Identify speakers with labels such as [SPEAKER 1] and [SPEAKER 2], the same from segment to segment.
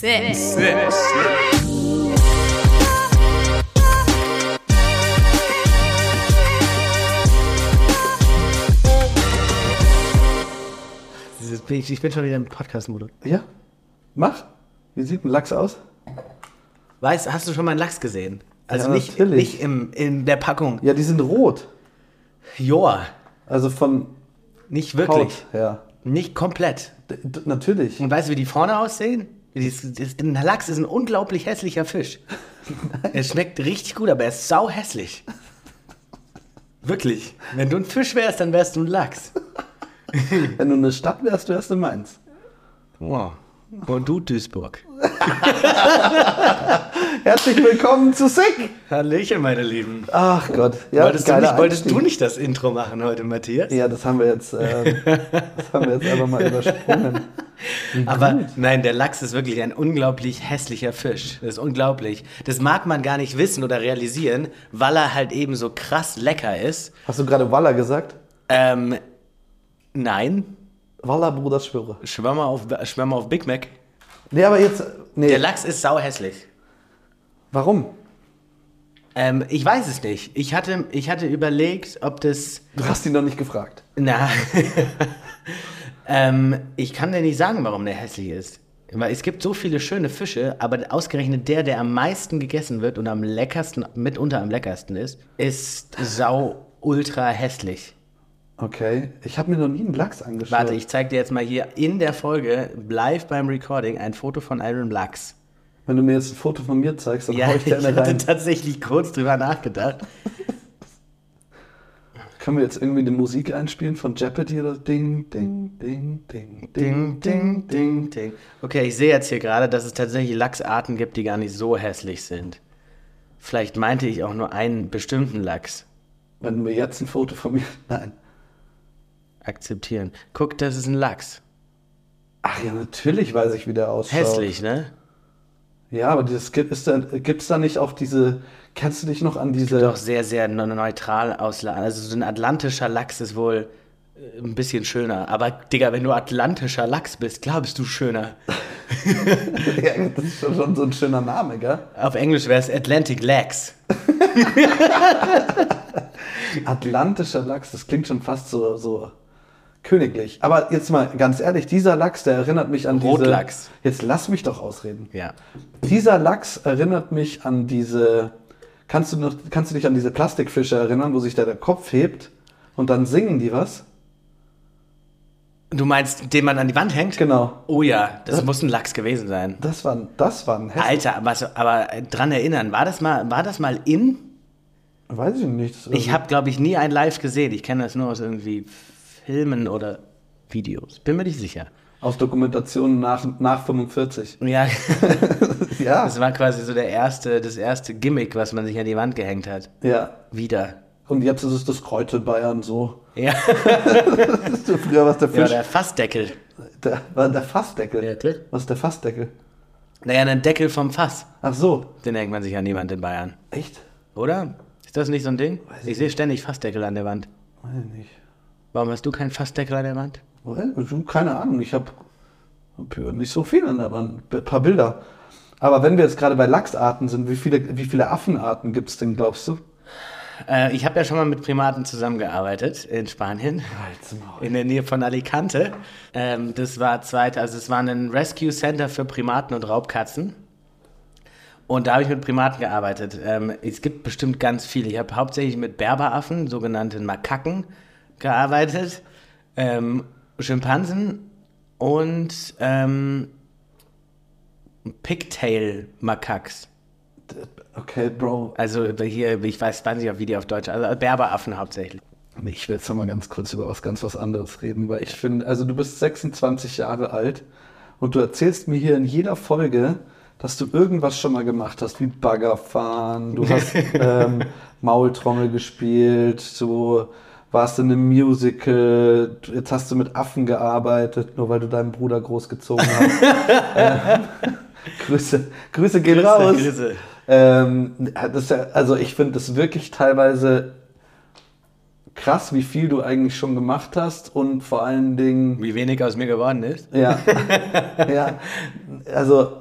[SPEAKER 1] six.
[SPEAKER 2] Dieses- Ich ich bin schon wieder im Podcast-Modus.
[SPEAKER 3] Ja? Mach. Wie sieht ein Lachs aus?
[SPEAKER 2] Weißt, hast du schon mal einen Lachs gesehen? Also
[SPEAKER 3] Ja,
[SPEAKER 2] nicht,
[SPEAKER 3] natürlich.
[SPEAKER 2] nicht im, in der Packung.
[SPEAKER 3] Ja, die sind rot.
[SPEAKER 2] Joa,
[SPEAKER 3] Also von
[SPEAKER 2] nicht wirklich. Mhm.
[SPEAKER 3] Haut her.
[SPEAKER 2] Nicht komplett.
[SPEAKER 3] D d- natürlich.
[SPEAKER 2] Und weißt du, wie die vorne aussehen? Wie dies- dies- Ein Lachs ist ein unglaublich hässlicher Fisch. er schmeckt richtig gut, aber er ist sau hässlich. Wirklich. Wenn du ein Fisch wärst, dann wärst du ein Lachs.
[SPEAKER 3] Wenn du eine Stadt wärst, wärst du Mainz.
[SPEAKER 2] Wow. Und du, Duisburg.
[SPEAKER 3] Herzlich willkommen zu Sick.
[SPEAKER 2] Hallöchen, meine Lieben.
[SPEAKER 3] Ach Gott. Ja,
[SPEAKER 2] wolltest du,
[SPEAKER 3] geiler
[SPEAKER 2] nicht, wolltest
[SPEAKER 3] Einstieg.
[SPEAKER 2] du nicht das Intro machen heute, Matthias?
[SPEAKER 3] Ja, das haben wir jetzt, äh, das haben wir jetzt einfach mal übersprungen.
[SPEAKER 2] Aber nein, der Lachs ist wirklich ein unglaublich hässlicher Fisch. Das ist unglaublich. Das mag man gar nicht wissen oder realisieren, weil er halt eben so krass lecker ist.
[SPEAKER 3] Hast du gerade Walla gesagt?
[SPEAKER 2] Ähm, nein,
[SPEAKER 3] Walla, Bruder, schwöre.
[SPEAKER 2] schwör mal auf, schwör mal auf Big Mac.
[SPEAKER 3] Nee, aber jetzt, nee,
[SPEAKER 2] Der Lachs ist sauhässlich.
[SPEAKER 3] warum?
[SPEAKER 2] Ähm, ich weiß es nicht. Ich hatte, ich hatte überlegt, ob das...
[SPEAKER 3] Du hast ihn noch nicht gefragt.
[SPEAKER 2] Na, ähm, ich kann dir nicht sagen, warum der hässlich ist. Weil es gibt so viele schöne Fische, aber ausgerechnet der, der am meisten gegessen wird und am leckersten, mitunter am leckersten ist, ist sau ultra hässlich.
[SPEAKER 3] Okay, ich habe mir noch nie einen Lachs angeschaut.
[SPEAKER 2] Warte, ich zeig dir jetzt mal hier in der Folge live beim Recording ein Foto von einem Lachs.
[SPEAKER 3] Wenn du mir jetzt ein Foto von mir zeigst, dann hau ich
[SPEAKER 2] ich
[SPEAKER 3] dir eine rein.
[SPEAKER 2] hatte tatsächlich kurz drüber nachgedacht.
[SPEAKER 3] Können wir jetzt irgendwie eine Musik einspielen von Jeopardy oder Ding, Ding, Ding, Ding, Ding, Ding, Ding.
[SPEAKER 2] Ding. Okay, ich sehe jetzt hier gerade, dass es tatsächlich Lachsarten gibt, die gar nicht so hässlich sind. Vielleicht meinte ich auch nur einen bestimmten Lachs.
[SPEAKER 3] Wenn du mir jetzt ein Foto von mir. Nein.
[SPEAKER 2] Akzeptieren. Guck, das ist ein Lachs.
[SPEAKER 3] Ach ja, natürlich weiß ich, wie der ausschaut.
[SPEAKER 2] Hässlich, ne?
[SPEAKER 3] Ja, aber das gibt es da, gibt's da nicht auch diese. Kennst du dich noch an diese.
[SPEAKER 2] Doch sehr, sehr ne- neutral aus. Also so ein atlantischer Lachs ist wohl äh, ein bisschen schöner. Aber Digga, wenn du atlantischer Lachs bist, klar bist du schöner.
[SPEAKER 3] Ja, das ist schon so ein schöner Name, gell?
[SPEAKER 2] Auf Englisch wäre es Atlantic Lachs.
[SPEAKER 3] Atlantischer Lachs, das klingt schon fast so, so königlich. Aber jetzt mal ganz ehrlich, dieser Lachs, der erinnert mich an diese.
[SPEAKER 2] Rotlachs.
[SPEAKER 3] Jetzt lass mich doch ausreden.
[SPEAKER 2] Ja.
[SPEAKER 3] Dieser Lachs erinnert mich an diese. Kannst du, noch, kannst du dich an diese Plastikfische erinnern, wo sich da der Kopf hebt und dann singen die was?
[SPEAKER 2] Du meinst, den man an die Wand hängt?
[SPEAKER 3] Genau.
[SPEAKER 2] Oh ja, das muss ein Lachs gewesen sein.
[SPEAKER 3] Das war, das war ein Hess.
[SPEAKER 2] Alter, was, aber dran erinnern, war das mal, war das mal in?
[SPEAKER 3] Weiß ich nicht. Das ist also
[SPEAKER 2] Ich
[SPEAKER 3] irgendwie-
[SPEAKER 2] habe, glaube ich, nie einen live gesehen. Ich kenne das nur aus irgendwie Filmen oder Videos. Bin mir nicht sicher.
[SPEAKER 3] Aus Dokumentationen nach, nach 45.
[SPEAKER 2] Ja,
[SPEAKER 3] Ja.
[SPEAKER 2] das war quasi so der erste, das erste Gimmick, was man sich an die Wand gehängt hat.
[SPEAKER 3] Ja.
[SPEAKER 2] Wieder.
[SPEAKER 3] Und jetzt ist es das Kreuz in Bayern so.
[SPEAKER 2] Ja,
[SPEAKER 3] Früher war es der
[SPEAKER 2] ja
[SPEAKER 3] Fisch.
[SPEAKER 2] der Fassdeckel.
[SPEAKER 3] der, war der Fassdeckel.
[SPEAKER 2] Ja, klar.
[SPEAKER 3] Was ist der Fassdeckel?
[SPEAKER 2] Naja, ein Deckel vom Fass.
[SPEAKER 3] Ach so.
[SPEAKER 2] Den hängt man sich an die Wand in Bayern.
[SPEAKER 3] Echt?
[SPEAKER 2] Oder? Ist das nicht so ein Ding? Ich sehe ständig Fassdeckel an der Wand.
[SPEAKER 3] Weiß ich nicht.
[SPEAKER 2] Warum hast du keinen Fassdeckel an der Wand?
[SPEAKER 3] Well, du, keine Ahnung, ich habe hab ja nicht so viel an der Wand, ein paar Bilder. Aber wenn wir jetzt gerade bei Lachsarten sind, wie viele, wie viele Affenarten gibt es denn, glaubst du?
[SPEAKER 2] Äh, ich habe ja schon mal mit Primaten zusammengearbeitet in Spanien. in der Nähe von Alicante. Ähm, das war zweit, also es war ein Rescue Center für Primaten und Raubkatzen. Und da habe ich mit Primaten gearbeitet. Ähm, es gibt bestimmt ganz viele. Ich habe hauptsächlich mit Berberaffen, sogenannten Makaken, gearbeitet, ähm, Schimpansen und ähm, Pigtail-Makaks.
[SPEAKER 3] Okay, Bro,
[SPEAKER 2] Also hier, ich weiß, weiß nicht, ob wie die auf Deutsch, also Berberaffen hauptsächlich.
[SPEAKER 3] ich will jetzt noch mal ganz kurz über was ganz was anderes reden, weil ich finde, also du bist 26 Jahre alt und du erzählst mir hier in jeder Folge, dass du irgendwas schon mal gemacht hast, wie Bagger fahren, du hast ähm, Maultrommel gespielt, du warst in einem Musical, du- jetzt hast du mit Affen gearbeitet, nur weil du deinen Bruder großgezogen hast. ähm, Grüße, Grüße gehen raus.
[SPEAKER 2] Grüße.
[SPEAKER 3] Ähm, das ist ja, also ich finde das wirklich teilweise krass, wie viel du eigentlich schon gemacht hast und vor allen Dingen,
[SPEAKER 2] Wie wenig aus mir geworden ist.
[SPEAKER 3] ja, ja, also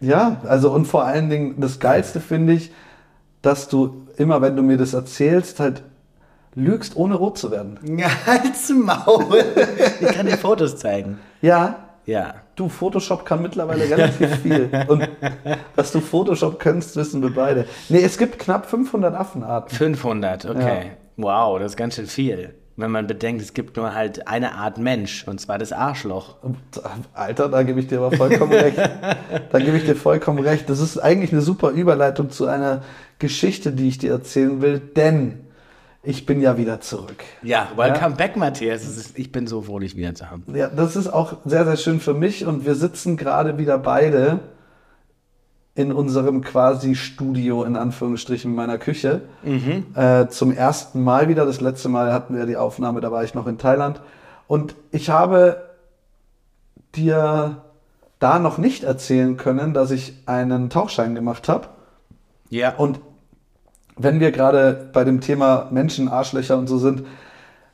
[SPEAKER 3] Ja, also und vor allen Dingen das Geilste finde ich, dass du immer, wenn du mir das erzählst, halt lügst, ohne rot zu werden.
[SPEAKER 2] Halt's Maul. Ich kann dir Fotos zeigen.
[SPEAKER 3] Ja,
[SPEAKER 2] Ja.
[SPEAKER 3] du, Photoshop kann mittlerweile relativ viel. Und dass du Photoshop kannst, wissen wir beide. Nee, es gibt knapp 500 Affenarten.
[SPEAKER 2] 500, okay. Wow, das ist ganz schön viel. Wenn man bedenkt, es gibt nur halt eine Art Mensch, und zwar das Arschloch.
[SPEAKER 3] Und, Alter, da gebe ich dir aber vollkommen recht. Da gebe ich dir vollkommen recht. Das ist eigentlich eine super Überleitung zu einer Geschichte, die ich dir erzählen will, denn ich bin ja wieder zurück.
[SPEAKER 2] Ja, welcome back, Matthias. Es ist, ich bin so froh, dich wieder zu haben.
[SPEAKER 3] Ja, das ist auch sehr, sehr schön für mich und wir sitzen gerade wieder beide in unserem quasi Studio, in Anführungsstrichen, meiner Küche. Äh, zum ersten Mal wieder. Das letzte Mal hatten wir die Aufnahme, da war ich noch in Thailand. Und ich habe dir da noch nicht erzählen können, dass ich einen Tauchschein gemacht habe.
[SPEAKER 2] Ja,
[SPEAKER 3] Und wenn wir gerade bei dem Thema Menschen, Arschlöcher und so sind,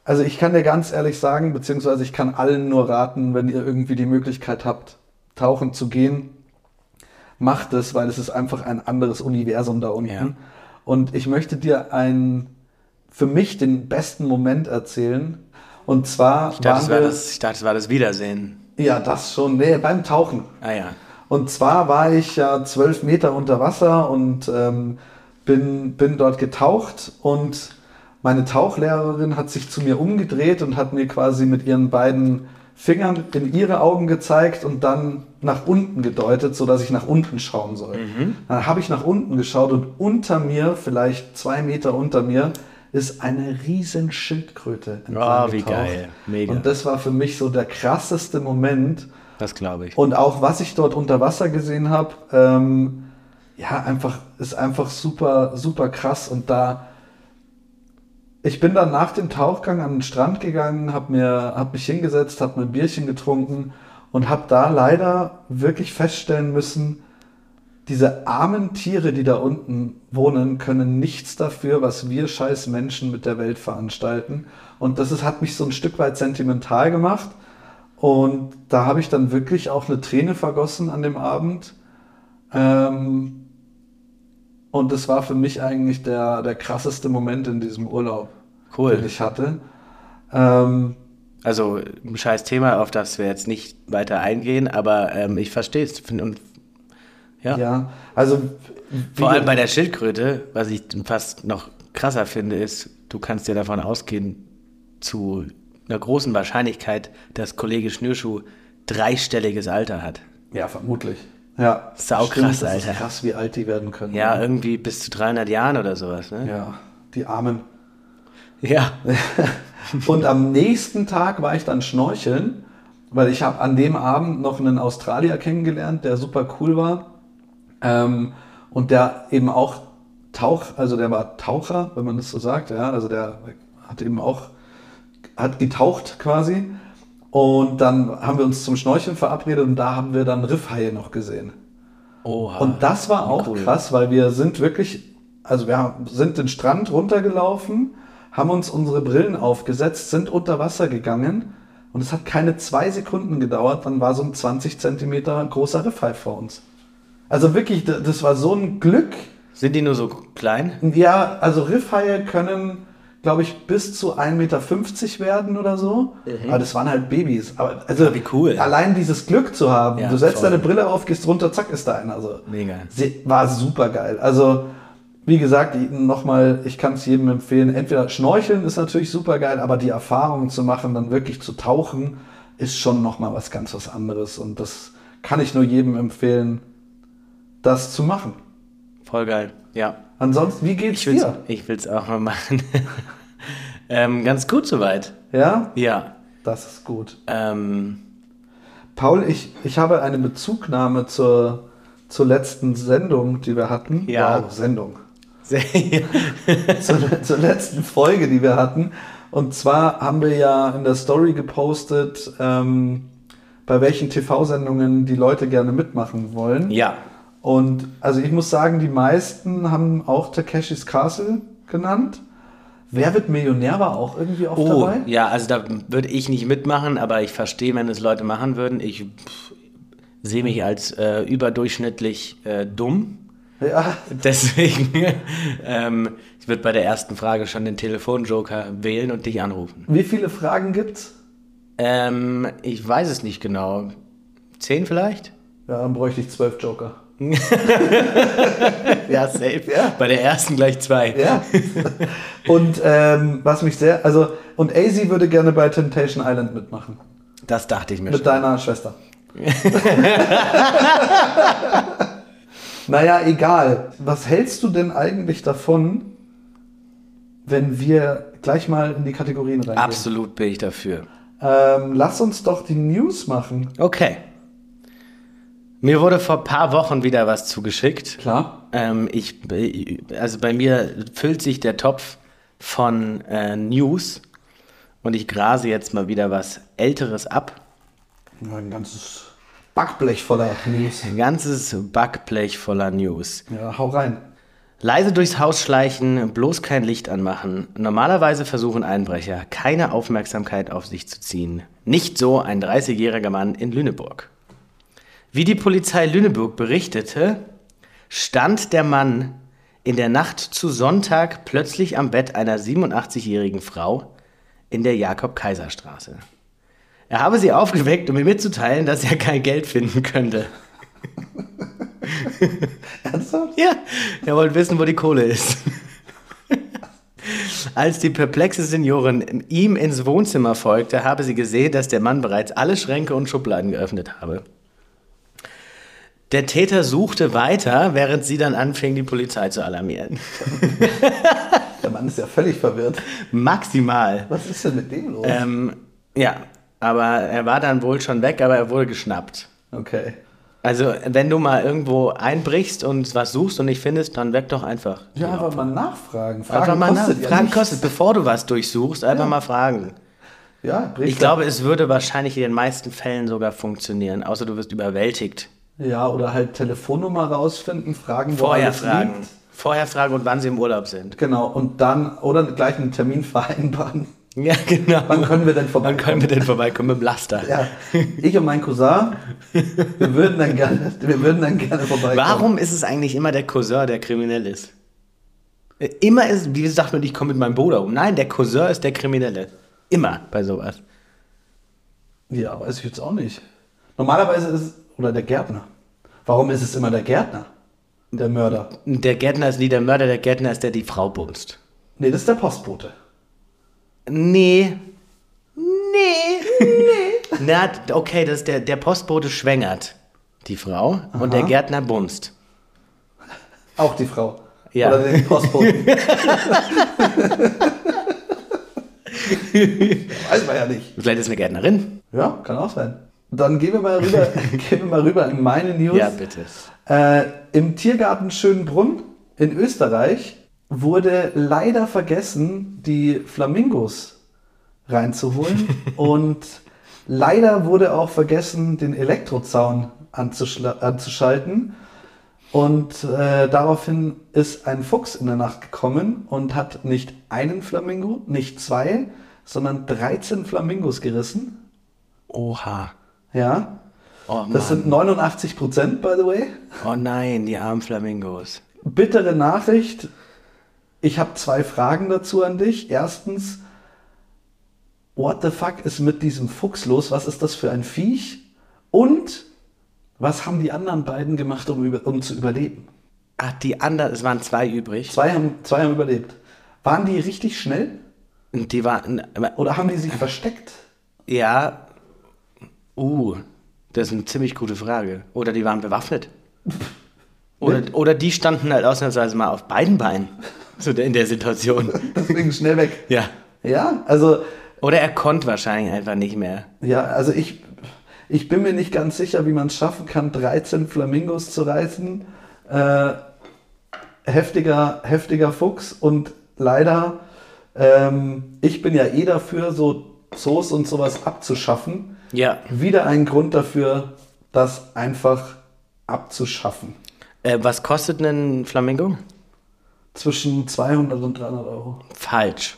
[SPEAKER 3] also ich kann dir ganz ehrlich sagen, beziehungsweise ich kann allen nur raten, wenn ihr irgendwie die Möglichkeit habt, tauchen zu gehen, macht es, weil es ist einfach ein anderes Universum da unten.
[SPEAKER 2] Ja.
[SPEAKER 3] Und ich möchte dir einen, für mich den besten Moment erzählen. Und zwar
[SPEAKER 2] ich dachte, es
[SPEAKER 3] waren
[SPEAKER 2] war
[SPEAKER 3] wir,
[SPEAKER 2] das, ich dachte, es war das Wiedersehen.
[SPEAKER 3] ja das schon, nee, beim Tauchen.
[SPEAKER 2] Ah ja.
[SPEAKER 3] Und zwar war ich ja zwölf Meter unter Wasser und ähm, bin, bin dort getaucht und meine Tauchlehrerin hat sich zu mir umgedreht und hat mir quasi mit ihren beiden Fingern in ihre Augen gezeigt und dann nach unten gedeutet, sodass ich nach unten schauen soll.
[SPEAKER 2] Mhm.
[SPEAKER 3] Dann habe ich nach unten geschaut und unter mir, vielleicht zwei Meter unter mir, ist eine riesen Schildkröte. entlang
[SPEAKER 2] Oh, wie
[SPEAKER 3] getaucht.
[SPEAKER 2] geil. Mega.
[SPEAKER 3] Und das war für mich so der krasseste Moment,
[SPEAKER 2] Das glaube ich.
[SPEAKER 3] und auch was ich dort unter Wasser gesehen habe, ähm, ja, einfach, ist einfach super, super krass. Und da, ich bin dann nach dem Tauchgang an den Strand gegangen, habe mir, hab mich hingesetzt, habe mir ein Bierchen getrunken und habe da leider wirklich feststellen müssen, diese armen Tiere, die da unten wohnen, können nichts dafür, was wir scheiß Menschen mit der Welt veranstalten. Und das ist, hat mich so ein Stück weit sentimental gemacht. Und da habe ich dann wirklich auch eine Träne vergossen an dem Abend. Ähm, und das war für mich eigentlich der, der krasseste Moment in diesem Urlaub, den
[SPEAKER 2] Cool.
[SPEAKER 3] ich hatte. Ähm,
[SPEAKER 2] Also, ein scheiß Thema, auf das wir jetzt nicht weiter eingehen, aber ähm, ich verstehe es. Und ja.
[SPEAKER 3] ja. also wie-
[SPEAKER 2] Vor allem bei der Schildkröte, was ich fast noch krasser finde, ist, du kannst ja davon ausgehen, zu einer großen Wahrscheinlichkeit, dass Kollege Schnürschuh dreistelliges Alter hat.
[SPEAKER 3] ja, vermutlich. Ja,
[SPEAKER 2] Sau krass,
[SPEAKER 3] das
[SPEAKER 2] Alter.
[SPEAKER 3] Ist krass, wie alt die werden können. ne?
[SPEAKER 2] Ja, irgendwie bis zu 300 Jahren oder sowas, ne?
[SPEAKER 3] ja, die Armen.
[SPEAKER 2] Ja.
[SPEAKER 3] Und am nächsten Tag war ich dann schnorcheln, weil ich habe an dem Abend noch einen Australier kennengelernt, der super cool war. Ähm, und der eben auch Tauch, also der war Taucher, wenn man das so sagt, ja, also der hat eben auch, hat getaucht quasi. Und dann haben wir uns zum Schnorcheln verabredet und da haben wir dann Riffhaie noch gesehen.
[SPEAKER 2] Oha.
[SPEAKER 3] Und das war auch
[SPEAKER 2] cool.
[SPEAKER 3] krass, weil wir sind wirklich, also wir haben- sind den Strand runtergelaufen, haben uns unsere Brillen aufgesetzt, sind unter Wasser gegangen und es hat keine zwei Sekunden gedauert, dann war so ein 20 Zentimeter großer Riffhai vor uns. Also wirklich, d- das war so ein Glück.
[SPEAKER 2] Sind die nur so klein?
[SPEAKER 3] Ja, also Riffhaie können, glaube ich, bis zu 1,50 Meter werden oder so. Aber das waren halt Babys. Aber also
[SPEAKER 2] Äh, Ja, wie cool.
[SPEAKER 3] allein dieses Glück zu haben,
[SPEAKER 2] Ja,
[SPEAKER 3] du setzt
[SPEAKER 2] voll.
[SPEAKER 3] deine Brille auf, gehst runter, zack, ist da einer. So.
[SPEAKER 2] Mega.
[SPEAKER 3] Sie- War super geil. Also, wie gesagt, nochmal, ich kann es jedem empfehlen. Entweder schnorcheln ist natürlich super geil, aber die Erfahrung zu machen, dann wirklich zu tauchen, ist schon nochmal was ganz was anderes. Und das kann ich nur jedem empfehlen, das zu machen.
[SPEAKER 2] Voll geil. Ja.
[SPEAKER 3] Ansonsten, wie geht's
[SPEAKER 2] Ich will's,
[SPEAKER 3] dir?
[SPEAKER 2] ich will's auch mal machen. ähm, ganz gut soweit.
[SPEAKER 3] Ja,
[SPEAKER 2] Ja.
[SPEAKER 3] das ist gut.
[SPEAKER 2] Ähm,
[SPEAKER 3] Paul, ich, ich habe eine Bezugnahme zur, zur letzten Sendung, die wir hatten.
[SPEAKER 2] Ja.
[SPEAKER 3] Wow, Sendung.
[SPEAKER 2] sehr,
[SPEAKER 3] zur, zur letzten Folge, die wir hatten. Und zwar haben wir ja in der Story gepostet, ähm, bei welchen TV-Sendungen die Leute gerne mitmachen wollen.
[SPEAKER 2] ja.
[SPEAKER 3] Und also ich muss sagen, die meisten haben auch Takeshis Castle genannt. Wer wird Millionär war auch irgendwie oft
[SPEAKER 2] Oh,
[SPEAKER 3] dabei.
[SPEAKER 2] ja, also da würde ich nicht mitmachen, aber ich verstehe, wenn es Leute machen würden. Ich, pff, sehe mich als äh, überdurchschnittlich äh, dumm.
[SPEAKER 3] Ja.
[SPEAKER 2] Deswegen, ähm, ich würde bei der ersten Frage schon den Telefonjoker wählen und dich anrufen.
[SPEAKER 3] Wie viele Fragen gibt's?
[SPEAKER 2] Ähm, ich weiß es nicht genau. Zehn vielleicht?
[SPEAKER 3] Ja, dann bräuchte ich zwölf Joker.
[SPEAKER 2] Ja, safe.
[SPEAKER 3] Ja.
[SPEAKER 2] Bei der ersten gleich zwei.
[SPEAKER 3] Ja. und ähm, was mich sehr, also, und AZ würde gerne bei Temptation Island mitmachen.
[SPEAKER 2] Das dachte ich mir
[SPEAKER 3] Mit
[SPEAKER 2] schon.
[SPEAKER 3] deiner Schwester. naja, egal. Was hältst du denn eigentlich davon, wenn wir gleich mal in die Kategorien reingehen?
[SPEAKER 2] Absolut bin ich dafür.
[SPEAKER 3] Ähm, lass uns doch die News machen.
[SPEAKER 2] Okay. Mir wurde vor ein paar Wochen wieder was zugeschickt.
[SPEAKER 3] Klar.
[SPEAKER 2] Ähm, ich, also bei mir füllt sich der Topf von äh, News und ich grase jetzt mal wieder was Älteres ab.
[SPEAKER 3] Ja, ein ganzes Backblech voller News.
[SPEAKER 2] Ein ganzes Backblech voller News.
[SPEAKER 3] Ja, hau rein.
[SPEAKER 2] Leise durchs Haus schleichen, bloß kein Licht anmachen. Normalerweise versuchen Einbrecher, keine Aufmerksamkeit auf sich zu ziehen. Nicht so ein 30-jähriger Mann in Lüneburg. Wie die Polizei Lüneburg berichtete, stand der Mann in der Nacht zu Sonntag plötzlich am Bett einer 87-jährigen Frau in der Jakob-Kaiser-Straße. Er habe sie aufgeweckt, um ihr mitzuteilen, dass er kein Geld finden könnte.
[SPEAKER 3] Ernsthaft?
[SPEAKER 2] Ja, er wollte wissen, wo die Kohle ist. Als die perplexe Seniorin ihm ins Wohnzimmer folgte, habe sie gesehen, dass der Mann bereits alle Schränke und Schubladen geöffnet habe. Der Täter suchte weiter, während sie dann anfing, die Polizei zu alarmieren.
[SPEAKER 3] Der Mann ist ja völlig verwirrt.
[SPEAKER 2] Maximal.
[SPEAKER 3] Was ist denn mit dem los?
[SPEAKER 2] Ähm, ja, aber er war dann wohl schon weg, aber er wurde geschnappt.
[SPEAKER 3] Okay.
[SPEAKER 2] Also, wenn du mal irgendwo einbrichst und was suchst und nicht findest, dann weg doch einfach.
[SPEAKER 3] Ja, einfach mal nachfragen. Fragen
[SPEAKER 2] Einfach mal
[SPEAKER 3] kostet
[SPEAKER 2] nach.
[SPEAKER 3] ja
[SPEAKER 2] Fragen
[SPEAKER 3] nichts.
[SPEAKER 2] kostet, bevor du was durchsuchst, einfach mal fragen.
[SPEAKER 3] Ja,
[SPEAKER 2] Ich
[SPEAKER 3] richtig.
[SPEAKER 2] glaube, es würde wahrscheinlich in den meisten Fällen sogar funktionieren, außer du wirst überwältigt.
[SPEAKER 3] Ja, oder halt Telefonnummer rausfinden, fragen, wo
[SPEAKER 2] Vorher
[SPEAKER 3] alles
[SPEAKER 2] fragen.
[SPEAKER 3] liegt.
[SPEAKER 2] Vorher fragen und wann sie im Urlaub sind.
[SPEAKER 3] Genau, und dann, oder gleich einen Termin vereinbaren.
[SPEAKER 2] Ja, genau.
[SPEAKER 3] Wann können wir denn
[SPEAKER 2] Wann
[SPEAKER 3] vorbeikommen?
[SPEAKER 2] können wir denn vorbeikommen mit dem Laster?
[SPEAKER 3] Ja, ich und mein Cousin, wir würden dann gerne, wir würden dann gerne vorbeikommen.
[SPEAKER 2] Warum ist es eigentlich immer der Cousin, der kriminell ist? Äh, Immer ist, wie sagt man, ich komme mit meinem Bruder um. Nein, der Cousin ist der Kriminelle. Immer bei sowas.
[SPEAKER 3] Ja, weiß ich jetzt auch nicht. Normalerweise ist, oder der Gärtner. Warum ist es immer der Gärtner? Der Mörder.
[SPEAKER 2] Der Gärtner ist nie der Mörder, der Gärtner ist der, die Frau bumst.
[SPEAKER 3] Nee, das ist der Postbote.
[SPEAKER 2] Nee. Nee. Nee. Na, okay, das ist der, der Postbote schwängert die Frau und der Gärtner bumst.
[SPEAKER 3] Auch die Frau.
[SPEAKER 2] Ja.
[SPEAKER 3] Oder den Postboten. Weiß man ja nicht.
[SPEAKER 2] Vielleicht ist eine Gärtnerin.
[SPEAKER 3] Ja, kann auch sein. Dann gehen wir mal rüber, gehen wir mal rüber in meine News.
[SPEAKER 2] Ja, bitte.
[SPEAKER 3] Äh, Im Tiergarten Schönbrunn in Österreich wurde leider vergessen, die Flamingos reinzuholen. und leider wurde auch vergessen, den Elektrozaun anzuschla- anzuschalten. Und äh, daraufhin ist ein Fuchs in der Nacht gekommen und hat nicht einen Flamingo, nicht zwei, sondern 13 Flamingos gerissen.
[SPEAKER 2] Oha.
[SPEAKER 3] Ja,
[SPEAKER 2] Oh, Mann.
[SPEAKER 3] das sind 89 Prozent, by the way.
[SPEAKER 2] oh nein, die armen Flamingos.
[SPEAKER 3] bittere Nachricht. Ich habe zwei Fragen dazu an dich. Erstens, what the fuck ist mit diesem Fuchs los? Was ist das für ein Viech? Und was haben die anderen beiden gemacht, um, über, um zu überleben?
[SPEAKER 2] Ach, die anderen, es waren zwei übrig.
[SPEAKER 3] Zwei haben, zwei haben überlebt. Waren die richtig schnell
[SPEAKER 2] Und die waren,
[SPEAKER 3] oder haben die sich versteckt?
[SPEAKER 2] ja, uh, das ist eine ziemlich gute Frage. Oder die waren bewaffnet. Oder, oder die standen halt ausnahmsweise mal auf beiden Beinen. So in der Situation.
[SPEAKER 3] Deswegen schnell weg.
[SPEAKER 2] Ja.
[SPEAKER 3] Ja, also,
[SPEAKER 2] Oder er konnte wahrscheinlich einfach nicht mehr.
[SPEAKER 3] ja, also ich, ich bin mir nicht ganz sicher, wie man es schaffen kann, 13 Flamingos zu reißen. Äh, heftiger, heftiger Fuchs und leider, ähm, ich bin ja eh dafür, so Zoos und sowas abzuschaffen.
[SPEAKER 2] Ja.
[SPEAKER 3] Wieder ein Grund dafür, das einfach abzuschaffen.
[SPEAKER 2] Äh, was kostet ein Flamingo?
[SPEAKER 3] Zwischen 200 und 300 Euro.
[SPEAKER 2] Falsch.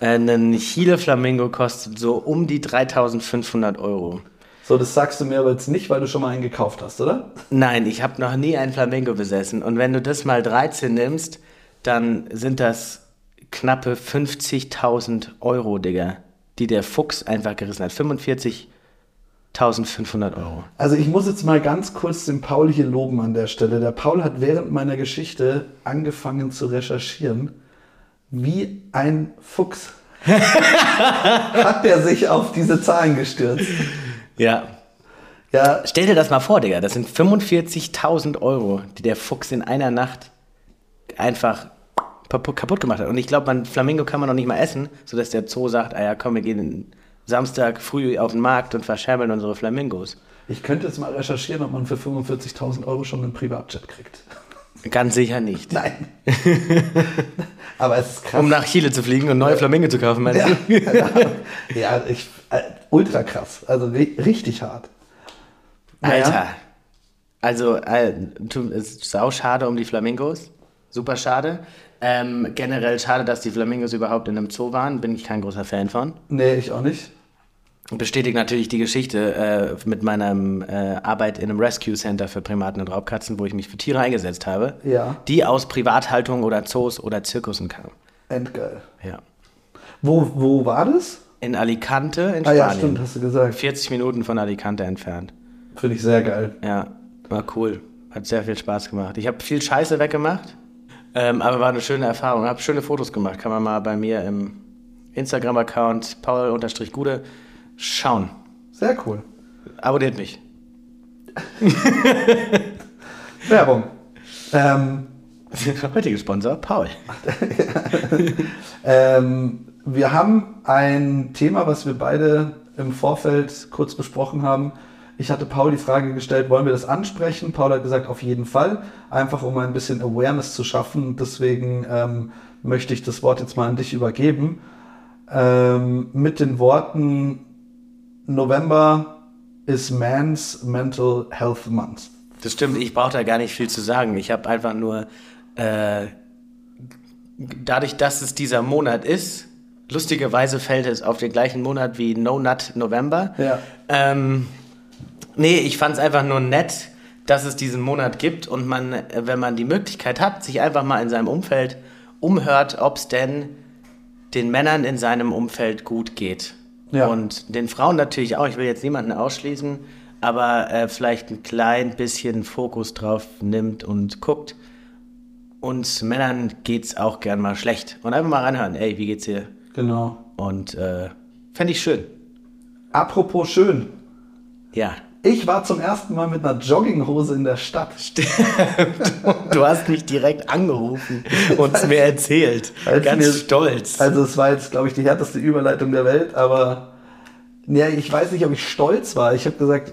[SPEAKER 2] Äh, ein Chile-Flamingo kostet so um die 3500 Euro.
[SPEAKER 3] So, das sagst du mir aber jetzt nicht, weil du schon mal einen gekauft hast, oder?
[SPEAKER 2] Nein, ich habe noch nie einen Flamingo besessen. Und wenn du das mal 13 nimmst, dann sind das knappe 50.000 Euro, Digga, die der Fuchs einfach gerissen hat. 45.500 Euro.
[SPEAKER 3] Also ich muss jetzt mal ganz kurz den Paul hier loben an der Stelle. Der Paul hat während meiner Geschichte angefangen zu recherchieren, wie ein Fuchs hat er sich auf diese Zahlen gestürzt.
[SPEAKER 2] Ja.
[SPEAKER 3] Ja,
[SPEAKER 2] Stell dir das mal vor, Digga. Das sind 45.000 Euro, die der Fuchs in einer Nacht einfach kaputt kaputt gemacht hat. Und ich glaube, man Flamingo kann man noch nicht mal essen, sodass der Zoo sagt, ah ja, komm, wir gehen Samstag früh auf den Markt und verscherbeln unsere Flamingos.
[SPEAKER 3] ich könnte jetzt mal recherchieren, ob man für 45.000 Euro schon einen Privatjet kriegt.
[SPEAKER 2] Ganz sicher nicht.
[SPEAKER 3] Nein. aber es ist krass.
[SPEAKER 2] Um nach Chile zu fliegen und neue Flamingo zu kaufen, meinst du? Um-
[SPEAKER 3] ja, ich, äh, ultra krass. Also ri richtig hart. Naja.
[SPEAKER 2] Alter. Also, äh, tu- es ist sau schade um die Flamingos. Super schade. Ähm, generell schade, dass die Flamingos überhaupt in einem Zoo waren. Bin ich kein großer Fan von.
[SPEAKER 3] Nee, ich auch nicht.
[SPEAKER 2] Bestätigt natürlich die Geschichte äh, mit meiner äh, Arbeit in einem Rescue Center für Primaten und Raubkatzen, wo ich mich für Tiere eingesetzt habe,
[SPEAKER 3] Ja.
[SPEAKER 2] die aus Privathaltung oder Zoos oder Zirkussen kamen.
[SPEAKER 3] Endgeil.
[SPEAKER 2] Ja.
[SPEAKER 3] Wo, wo war das?
[SPEAKER 2] In Alicante in Spanien.
[SPEAKER 3] Ah ja, stimmt, hast du gesagt.
[SPEAKER 2] 40 Minuten von Alicante entfernt.
[SPEAKER 3] Finde ich sehr geil.
[SPEAKER 2] Ja, war cool. Hat sehr viel Spaß gemacht. Ich habe viel Scheiße weggemacht, ähm, aber war eine schöne Erfahrung. Habe schöne Fotos gemacht. Kann man mal bei mir im Instagram-Account paul-gude schauen.
[SPEAKER 3] Sehr cool.
[SPEAKER 2] Abonniert mich.
[SPEAKER 3] Werbung. Ähm,
[SPEAKER 2] Heutiger Sponsor, Paul.
[SPEAKER 3] Ähm, wir haben ein Thema, was wir beide im Vorfeld kurz besprochen haben. Ich hatte Paul die Frage gestellt, wollen wir das ansprechen? Paul hat gesagt, auf jeden Fall, einfach um ein bisschen Awareness zu schaffen. Deswegen ähm, möchte ich das Wort jetzt mal an dich übergeben. Ähm, mit den Worten, November ist Man's Mental Health Month.
[SPEAKER 2] Das stimmt, ich brauche da gar nicht viel zu sagen. Ich habe einfach nur, äh, dadurch, dass es dieser Monat ist, lustigerweise fällt es auf den gleichen Monat wie No Nut November.
[SPEAKER 3] Ja.
[SPEAKER 2] Ähm, nee, ich fand es einfach nur nett, dass es diesen Monat gibt und man, äh, wenn man die Möglichkeit hat, sich einfach mal in seinem Umfeld umhört, ob es denn den Männern in seinem Umfeld gut geht.
[SPEAKER 3] Ja.
[SPEAKER 2] Und den Frauen natürlich auch. Ich will jetzt niemanden ausschließen, aber äh, vielleicht ein klein bisschen Fokus drauf nimmt und guckt. Uns Männern geht's auch gern mal schlecht. Und einfach mal reinhören, ey, wie geht's dir?
[SPEAKER 3] Genau.
[SPEAKER 2] Und äh, fände ich schön.
[SPEAKER 3] Apropos schön.
[SPEAKER 2] Ja.
[SPEAKER 3] Ich war zum ersten Mal mit einer Jogginghose in der Stadt.
[SPEAKER 2] Du hast mich direkt angerufen und es mir erzählt.
[SPEAKER 3] Als
[SPEAKER 2] Ganz
[SPEAKER 3] mir-
[SPEAKER 2] stolz.
[SPEAKER 3] Also es war jetzt, glaube ich, die härteste Überleitung der Welt, aber ja, ich weiß nicht, ob ich stolz war. Ich habe gesagt,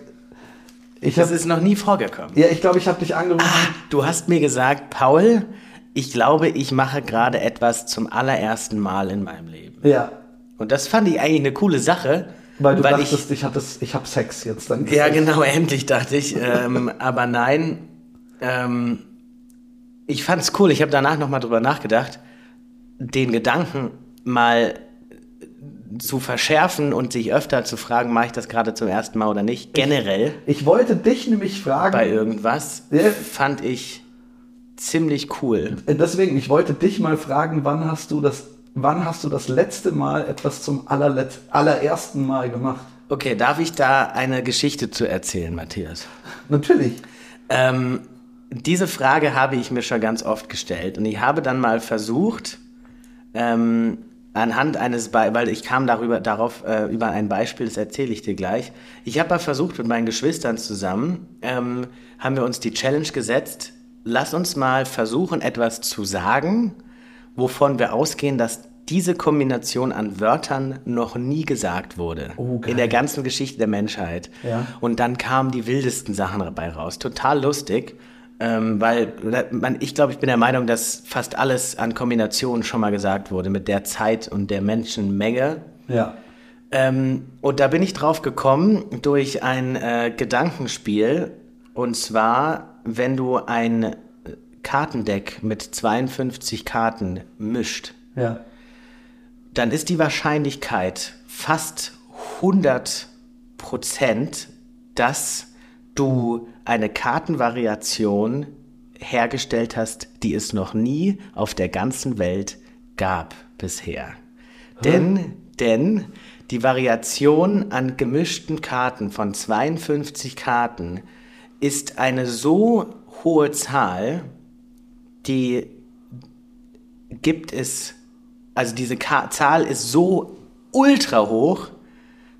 [SPEAKER 3] ich
[SPEAKER 2] Das
[SPEAKER 3] habe,
[SPEAKER 2] ist Ah. noch nie vorgekommen.
[SPEAKER 3] ja, ich glaube, ich habe dich angerufen.
[SPEAKER 2] Du hast mir gesagt, Paul, ich glaube, ich mache gerade etwas zum allerersten Mal in meinem Leben.
[SPEAKER 3] Ja,
[SPEAKER 2] Und das fand ich eigentlich eine coole Sache.
[SPEAKER 3] weil du
[SPEAKER 2] weil ich,
[SPEAKER 3] dachtest, ich, hatte, ich habe Sex jetzt dann.
[SPEAKER 2] Ja, genau, endlich dachte ich. Ähm, aber nein, ähm, ich fand's cool. Ich habe danach nochmal drüber nachgedacht, den Gedanken mal zu verschärfen und sich öfter zu fragen, mache ich das gerade zum ersten Mal oder nicht. Generell
[SPEAKER 3] Ich wollte dich nämlich
[SPEAKER 2] bei
[SPEAKER 3] fragen,
[SPEAKER 2] irgendwas
[SPEAKER 3] Ja.
[SPEAKER 2] fand ich ziemlich cool.
[SPEAKER 3] äh, deswegen, ich wollte dich mal fragen, wann hast du das, wann hast du das letzte Mal etwas zum allerletz, allerersten Mal gemacht?
[SPEAKER 2] Okay, darf ich da eine Geschichte zu erzählen, Matthias?
[SPEAKER 3] Natürlich.
[SPEAKER 2] Ähm, diese Frage habe ich mir schon ganz oft gestellt und ich habe dann mal versucht, ähm, anhand eines, Be weil ich kam darüber, darauf äh, über ein Beispiel, das erzähle ich dir gleich. Ich habe mal versucht, mit meinen Geschwistern zusammen, ähm, haben wir uns die Challenge gesetzt, lass uns mal versuchen, etwas zu sagen, wovon wir ausgehen, dass diese Kombination an Wörtern noch nie gesagt wurde.
[SPEAKER 3] Oh, geil.
[SPEAKER 2] in der ganzen Geschichte der Menschheit.
[SPEAKER 3] Ja.
[SPEAKER 2] Und dann kamen die wildesten Sachen dabei raus. Total lustig. Ähm, weil man, ich glaube, ich bin der Meinung, dass fast alles an Kombinationen schon mal gesagt wurde mit der Zeit und der Menschenmenge.
[SPEAKER 3] Ja.
[SPEAKER 2] Ähm, und da bin ich drauf gekommen durch ein äh, Gedankenspiel. Und zwar, wenn du ein äh, Kartendeck mit 52 Karten mischt,
[SPEAKER 3] Ja.
[SPEAKER 2] dann ist die Wahrscheinlichkeit fast 100 Prozent, dass du eine Kartenvariation hergestellt hast, die es noch nie auf der ganzen Welt gab bisher. Denn, denn die Variation an gemischten Karten von 52 Karten ist eine so hohe Zahl, die gibt es, also diese Ka Zahl ist so ultra hoch,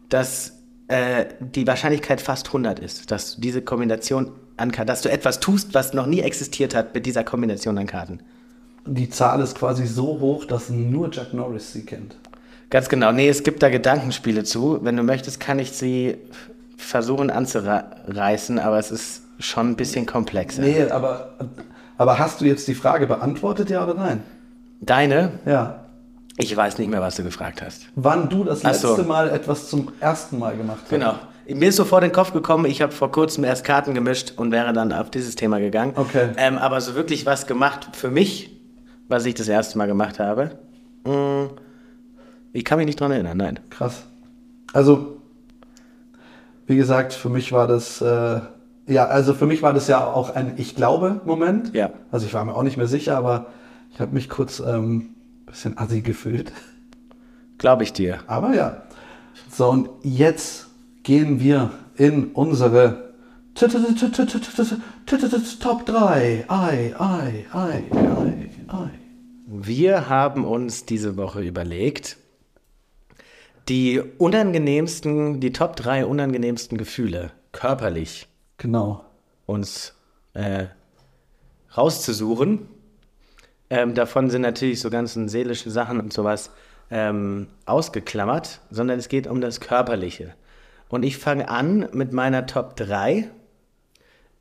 [SPEAKER 2] dass äh, die Wahrscheinlichkeit fast 100 ist, dass du diese Kombination an Karten, dass du etwas tust, was noch nie existiert hat mit dieser Kombination an Karten.
[SPEAKER 3] Die Zahl ist quasi so hoch, dass nur Jack Norris sie kennt.
[SPEAKER 2] Ganz genau. Nee, es gibt da Gedankenspiele zu. Wenn du möchtest, kann ich sie versuchen anzureißen, aber es ist schon ein bisschen komplexer.
[SPEAKER 3] Nee, aber, aber hast du jetzt die Frage beantwortet, ja oder nein?
[SPEAKER 2] Deine?
[SPEAKER 3] Ja.
[SPEAKER 2] Ich weiß nicht mehr, was du gefragt hast.
[SPEAKER 3] Wann du das
[SPEAKER 2] Ach so.
[SPEAKER 3] letzte Mal etwas zum ersten Mal gemacht hast?
[SPEAKER 2] Genau. Mir ist sofort in den Kopf gekommen, ich habe vor kurzem erst Karten gemischt und wäre dann auf dieses Thema gegangen.
[SPEAKER 3] Okay.
[SPEAKER 2] Ähm, aber so wirklich was gemacht für mich, was ich das erste Mal gemacht habe, mh, ich kann mich nicht dran erinnern, nein.
[SPEAKER 3] Krass. Also, wie gesagt, für mich war das, äh, ja, also für mich war das ja auch ein Ich glaube-Moment.
[SPEAKER 2] Ja.
[SPEAKER 3] Also ich war mir auch nicht mehr sicher, aber ich habe mich kurz ein ähm, bisschen assi gefühlt.
[SPEAKER 2] Glaube ich dir.
[SPEAKER 3] Aber ja. So, und jetzt gehen wir in unsere Top 3. Ei, ei, ei, ei, ei.
[SPEAKER 2] Wir haben uns diese Woche überlegt, die unangenehmsten, die Top 3 unangenehmsten Gefühle körperlich
[SPEAKER 3] Genau.
[SPEAKER 2] uns äh, rauszusuchen. Ähm, davon sind natürlich so ganzen seelische Sachen und sowas ähm, ausgeklammert, sondern es geht um das Körperliche. Und ich fange an mit meiner Top 3.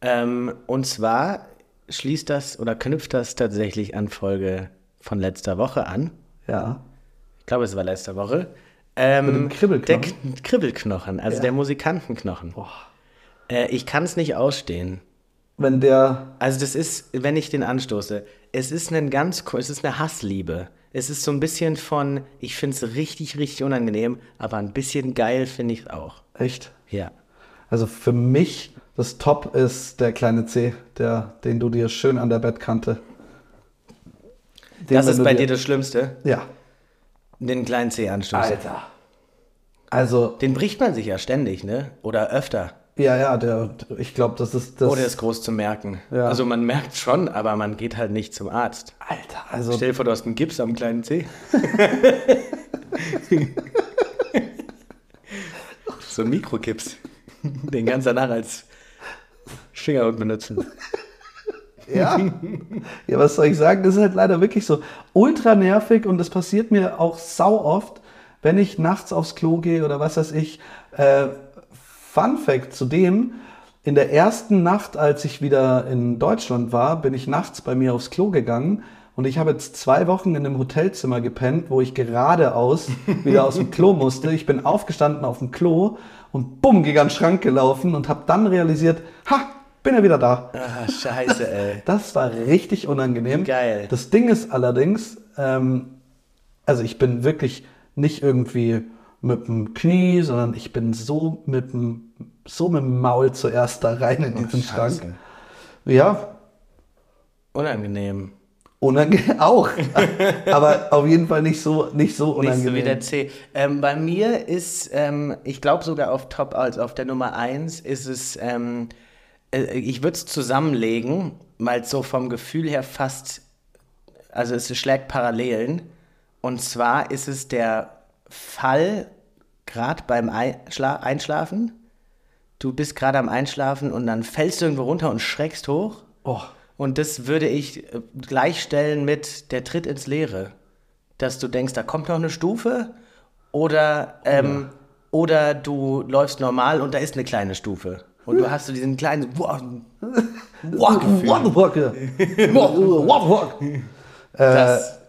[SPEAKER 2] Ähm, und zwar schließt das oder knüpft das tatsächlich an Folge von letzter Woche an.
[SPEAKER 3] Ja.
[SPEAKER 2] Ich glaube, es war letzte Woche. Ähm,
[SPEAKER 3] dem
[SPEAKER 2] Der
[SPEAKER 3] Kribbelknochen?
[SPEAKER 2] K Kribbelknochen, also
[SPEAKER 3] Ja.
[SPEAKER 2] der Musikantenknochen. Äh, ich kann es nicht ausstehen.
[SPEAKER 3] Wenn der,
[SPEAKER 2] Also das ist, wenn ich den anstoße, es ist ein ganz, ko- es ist eine Hassliebe. Es ist so ein bisschen von, ich finde es richtig, richtig unangenehm, aber ein bisschen geil finde ich es auch.
[SPEAKER 3] echt,
[SPEAKER 2] Ja.
[SPEAKER 3] also für mich, das Top ist der kleine C, der, den du dir schön an der Bettkante. Den,
[SPEAKER 2] das
[SPEAKER 3] wenn
[SPEAKER 2] ist
[SPEAKER 3] du
[SPEAKER 2] bei dir das Schlimmste,
[SPEAKER 3] Ja.
[SPEAKER 2] den kleinen Zeh anstoßen.
[SPEAKER 3] Alter. Also,
[SPEAKER 2] Den bricht man sich ja ständig, ne? Oder öfter,
[SPEAKER 3] ja, ja, der, ich glaube, das ist das.
[SPEAKER 2] ohne es groß zu merken.
[SPEAKER 3] Ja.
[SPEAKER 2] Also man merkt schon, aber man geht halt nicht zum Arzt.
[SPEAKER 3] Alter, also
[SPEAKER 2] Stell dir vor, du hast einen Gips am kleinen Zeh. so ein Mikrogips. Den ganzen Tag als Fingerhut benutzen.
[SPEAKER 3] Ja. ja, was soll ich sagen? Das ist halt leider wirklich so ultra nervig und das passiert mir auch sau oft, wenn ich nachts aufs Klo gehe oder was weiß ich. Äh, Fun Fact zu dem, in der ersten Nacht, als ich wieder in Deutschland war, bin ich nachts bei mir aufs Klo gegangen und ich habe jetzt zwei Wochen in einem Hotelzimmer gepennt, wo ich geradeaus wieder aus dem Klo musste. Ich bin aufgestanden auf dem Klo und bumm, gegen den Schrank gelaufen und habe dann realisiert, ha, bin ja wieder da.
[SPEAKER 2] Ah, scheiße, ey.
[SPEAKER 3] Das war richtig unangenehm.
[SPEAKER 2] Geil.
[SPEAKER 3] Das Ding ist allerdings, ähm, also ich bin wirklich nicht irgendwie mit dem Knie, sondern ich bin so mit dem, so mit dem Maul zuerst da rein in diesen
[SPEAKER 2] Scheiße.
[SPEAKER 3] Schrank. Ja,
[SPEAKER 2] Unangenehm.
[SPEAKER 3] unangenehm auch. Aber auf jeden Fall nicht so, nicht so
[SPEAKER 2] Nicht so
[SPEAKER 3] unangenehm.
[SPEAKER 2] wie der C. Ähm, bei mir ist, ähm, ich glaube sogar auf Top, also auf der Nummer 1 ist es, ähm, äh, ich würde es zusammenlegen, mal so vom Gefühl her fast, also es schlägt Parallelen. Und zwar ist es der Fall, gerade beim Ei- Schla- Einschlafen. Du bist gerade am Einschlafen und dann fällst du irgendwo runter und schreckst hoch.
[SPEAKER 3] oh,
[SPEAKER 2] Und das würde ich äh, gleichstellen mit der Tritt ins Leere. Dass du denkst, da kommt noch eine Stufe oder, ähm, oder du läufst normal und da ist eine kleine Stufe. Und du hast so diesen kleinen wow, wow Gefühl.
[SPEAKER 3] what walk, what walk.
[SPEAKER 2] Das,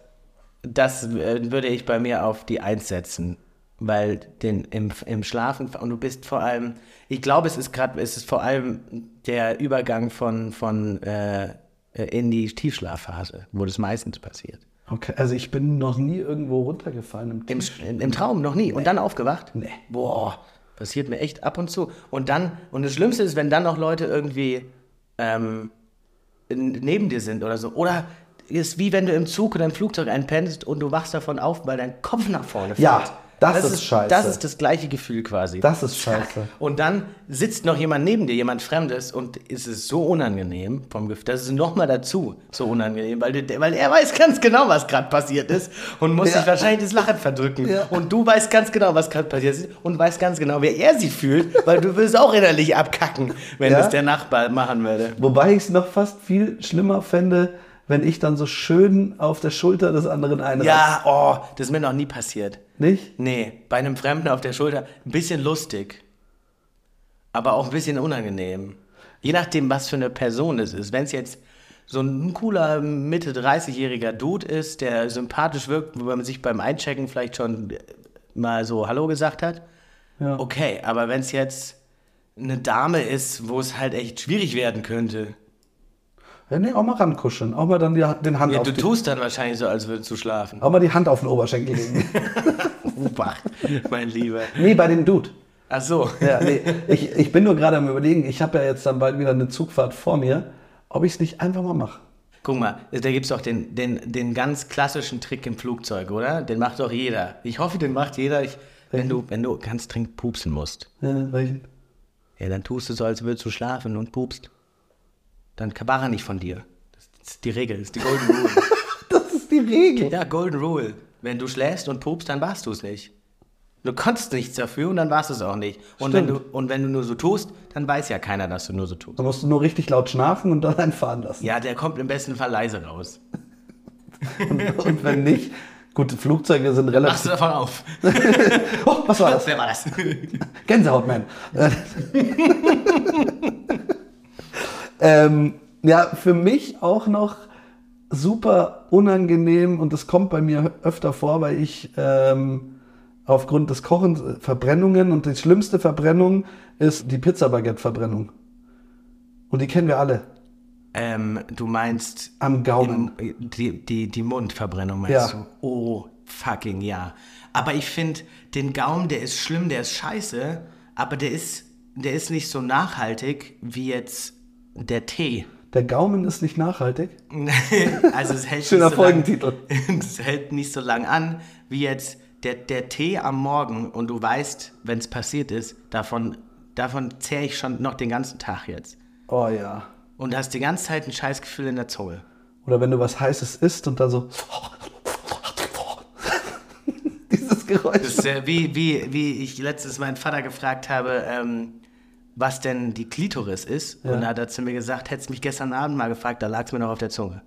[SPEAKER 2] das äh, würde ich bei mir auf die Eins setzen. Weil den im, im Schlafen und du bist vor allem, ich glaube, es ist gerade, es ist vor allem der Übergang von, von äh, in die Tiefschlafphase, wo das meistens passiert.
[SPEAKER 3] Okay, also ich bin noch nie irgendwo runtergefallen im
[SPEAKER 2] Im, Sch- im Traum noch nie. Und dann aufgewacht?
[SPEAKER 3] Nee.
[SPEAKER 2] Boah, Passiert mir echt ab und zu. Und dann, und das Schlimmste ist, wenn dann noch Leute irgendwie ähm, n- neben dir sind oder so. Oder ist wie wenn du im Zug oder im Flugzeug einpennst und du wachst davon auf, weil dein Kopf nach vorne fällt.
[SPEAKER 4] Ja, das ist scheiße.
[SPEAKER 2] Das ist das gleiche Gefühl quasi.
[SPEAKER 4] Das ist scheiße.
[SPEAKER 2] Und dann sitzt noch jemand neben dir, jemand Fremdes, und es ist so unangenehm vom Gefühl. Das ist nochmal dazu so unangenehm, weil, du, weil er weiß ganz genau, was gerade passiert ist und muss
[SPEAKER 4] Ja.
[SPEAKER 2] sich wahrscheinlich das Lachen verdrücken.
[SPEAKER 4] Ja.
[SPEAKER 2] Und du weißt ganz genau, was gerade passiert ist und weißt ganz genau, wie er sich fühlt, weil du würdest auch innerlich abkacken, wenn
[SPEAKER 4] Ja.
[SPEAKER 2] das der Nachbar machen würde.
[SPEAKER 4] Wobei ich es noch fast viel schlimmer fände, wenn ich dann so schön auf der Schulter des anderen einreiße.
[SPEAKER 2] Ja, oh, das ist mir noch nie passiert.
[SPEAKER 4] Nicht?
[SPEAKER 2] Nee, bei einem Fremden auf der Schulter ein bisschen lustig, aber auch ein bisschen unangenehm. Je nachdem, was für eine Person es ist. Wenn es jetzt so ein cooler Mitte 30-jähriger Dude ist, der sympathisch wirkt, wo man sich beim Einchecken vielleicht schon äh, mal so Hallo gesagt hat,
[SPEAKER 4] Ja.
[SPEAKER 2] okay. Aber wenn es jetzt eine Dame ist, wo es halt echt schwierig werden könnte,
[SPEAKER 4] ja. Nee, auch mal rankuscheln. Auch mal dann die, den Hand
[SPEAKER 2] ja,
[SPEAKER 4] auf
[SPEAKER 2] du
[SPEAKER 4] die,
[SPEAKER 2] tust dann wahrscheinlich so, als würdest du schlafen.
[SPEAKER 4] auch mal die Hand auf den Oberschenkel legen.
[SPEAKER 2] Obacht, mein Lieber.
[SPEAKER 4] nee, bei dem Dude.
[SPEAKER 2] Ach so.
[SPEAKER 4] Ja, nee, ich, ich bin nur gerade am überlegen, ich habe ja jetzt dann bald wieder eine Zugfahrt vor mir, ob ich es nicht einfach mal mache.
[SPEAKER 2] Guck mal, da gibt es doch den, den, den ganz klassischen Trick im Flugzeug, oder? Den macht doch jeder. Ich hoffe, den macht jeder. Ich, wenn, du, wenn du ganz dringend pupsen musst,
[SPEAKER 4] Ja, welchen?
[SPEAKER 2] ja, dann tust du so, als würdest du schlafen und pupst. Dann war er nicht von dir. Das ist die Regel, das ist die Golden Rule.
[SPEAKER 4] Das ist die Regel.
[SPEAKER 2] ja, Golden Rule. Wenn du schläfst und pupst, dann warst du es nicht. Du konntest nichts dafür und dann warst du es auch nicht. Und wenn, du,
[SPEAKER 4] Stimmt.
[SPEAKER 2] und wenn du nur so tust, dann weiß ja keiner, dass du nur so tust.
[SPEAKER 4] Da musst du nur richtig laut schnarchen und dann einfahren lassen.
[SPEAKER 2] Ja, der kommt im besten Fall leise raus.
[SPEAKER 4] Und wenn nicht, gut, Flugzeuge sind
[SPEAKER 2] Machst
[SPEAKER 4] relativ.
[SPEAKER 2] du davon auf.
[SPEAKER 4] Oh, was war das?
[SPEAKER 2] Wer war das?
[SPEAKER 4] Gänsehautman. Äh, ähm, ja, für mich auch noch super unangenehm und das kommt bei mir öfter vor, weil ich ähm, aufgrund des Kochens äh, Verbrennungen und die schlimmste Verbrennung ist die Pizza-Baguette-Verbrennung. Und die kennen wir alle.
[SPEAKER 2] Ähm, du meinst
[SPEAKER 4] Am Gaumen.
[SPEAKER 2] im, die, die, die Mundverbrennung, meinst
[SPEAKER 4] Ah, Ja.
[SPEAKER 2] du? Oh, fucking ja. Aber ich finde, den Gaumen, der ist schlimm, der ist scheiße, aber der ist, der ist nicht so nachhaltig wie jetzt der Tee.
[SPEAKER 4] Der Gaumen ist nicht nachhaltig.
[SPEAKER 2] also es hält
[SPEAKER 4] Schöner
[SPEAKER 2] nicht so lang-
[SPEAKER 4] Folgentitel.
[SPEAKER 2] es hält nicht so lang an wie jetzt der, der Tee am Morgen und du weißt, wenn es passiert ist, davon, davon zehre ich schon noch den ganzen Tag jetzt.
[SPEAKER 4] Oh ja.
[SPEAKER 2] Und hast die ganze Zeit ein Scheißgefühl in der Zunge.
[SPEAKER 4] Oder wenn du was Heißes isst und dann so. Dieses Geräusch.
[SPEAKER 2] Das ist äh, wie, wie, wie ich letztens meinen Vater gefragt habe, ähm, was denn die Klitoris ist. Und da hat er zu mir gesagt, hättest mich gestern Abend mal gefragt, da lag es mir noch auf der Zunge.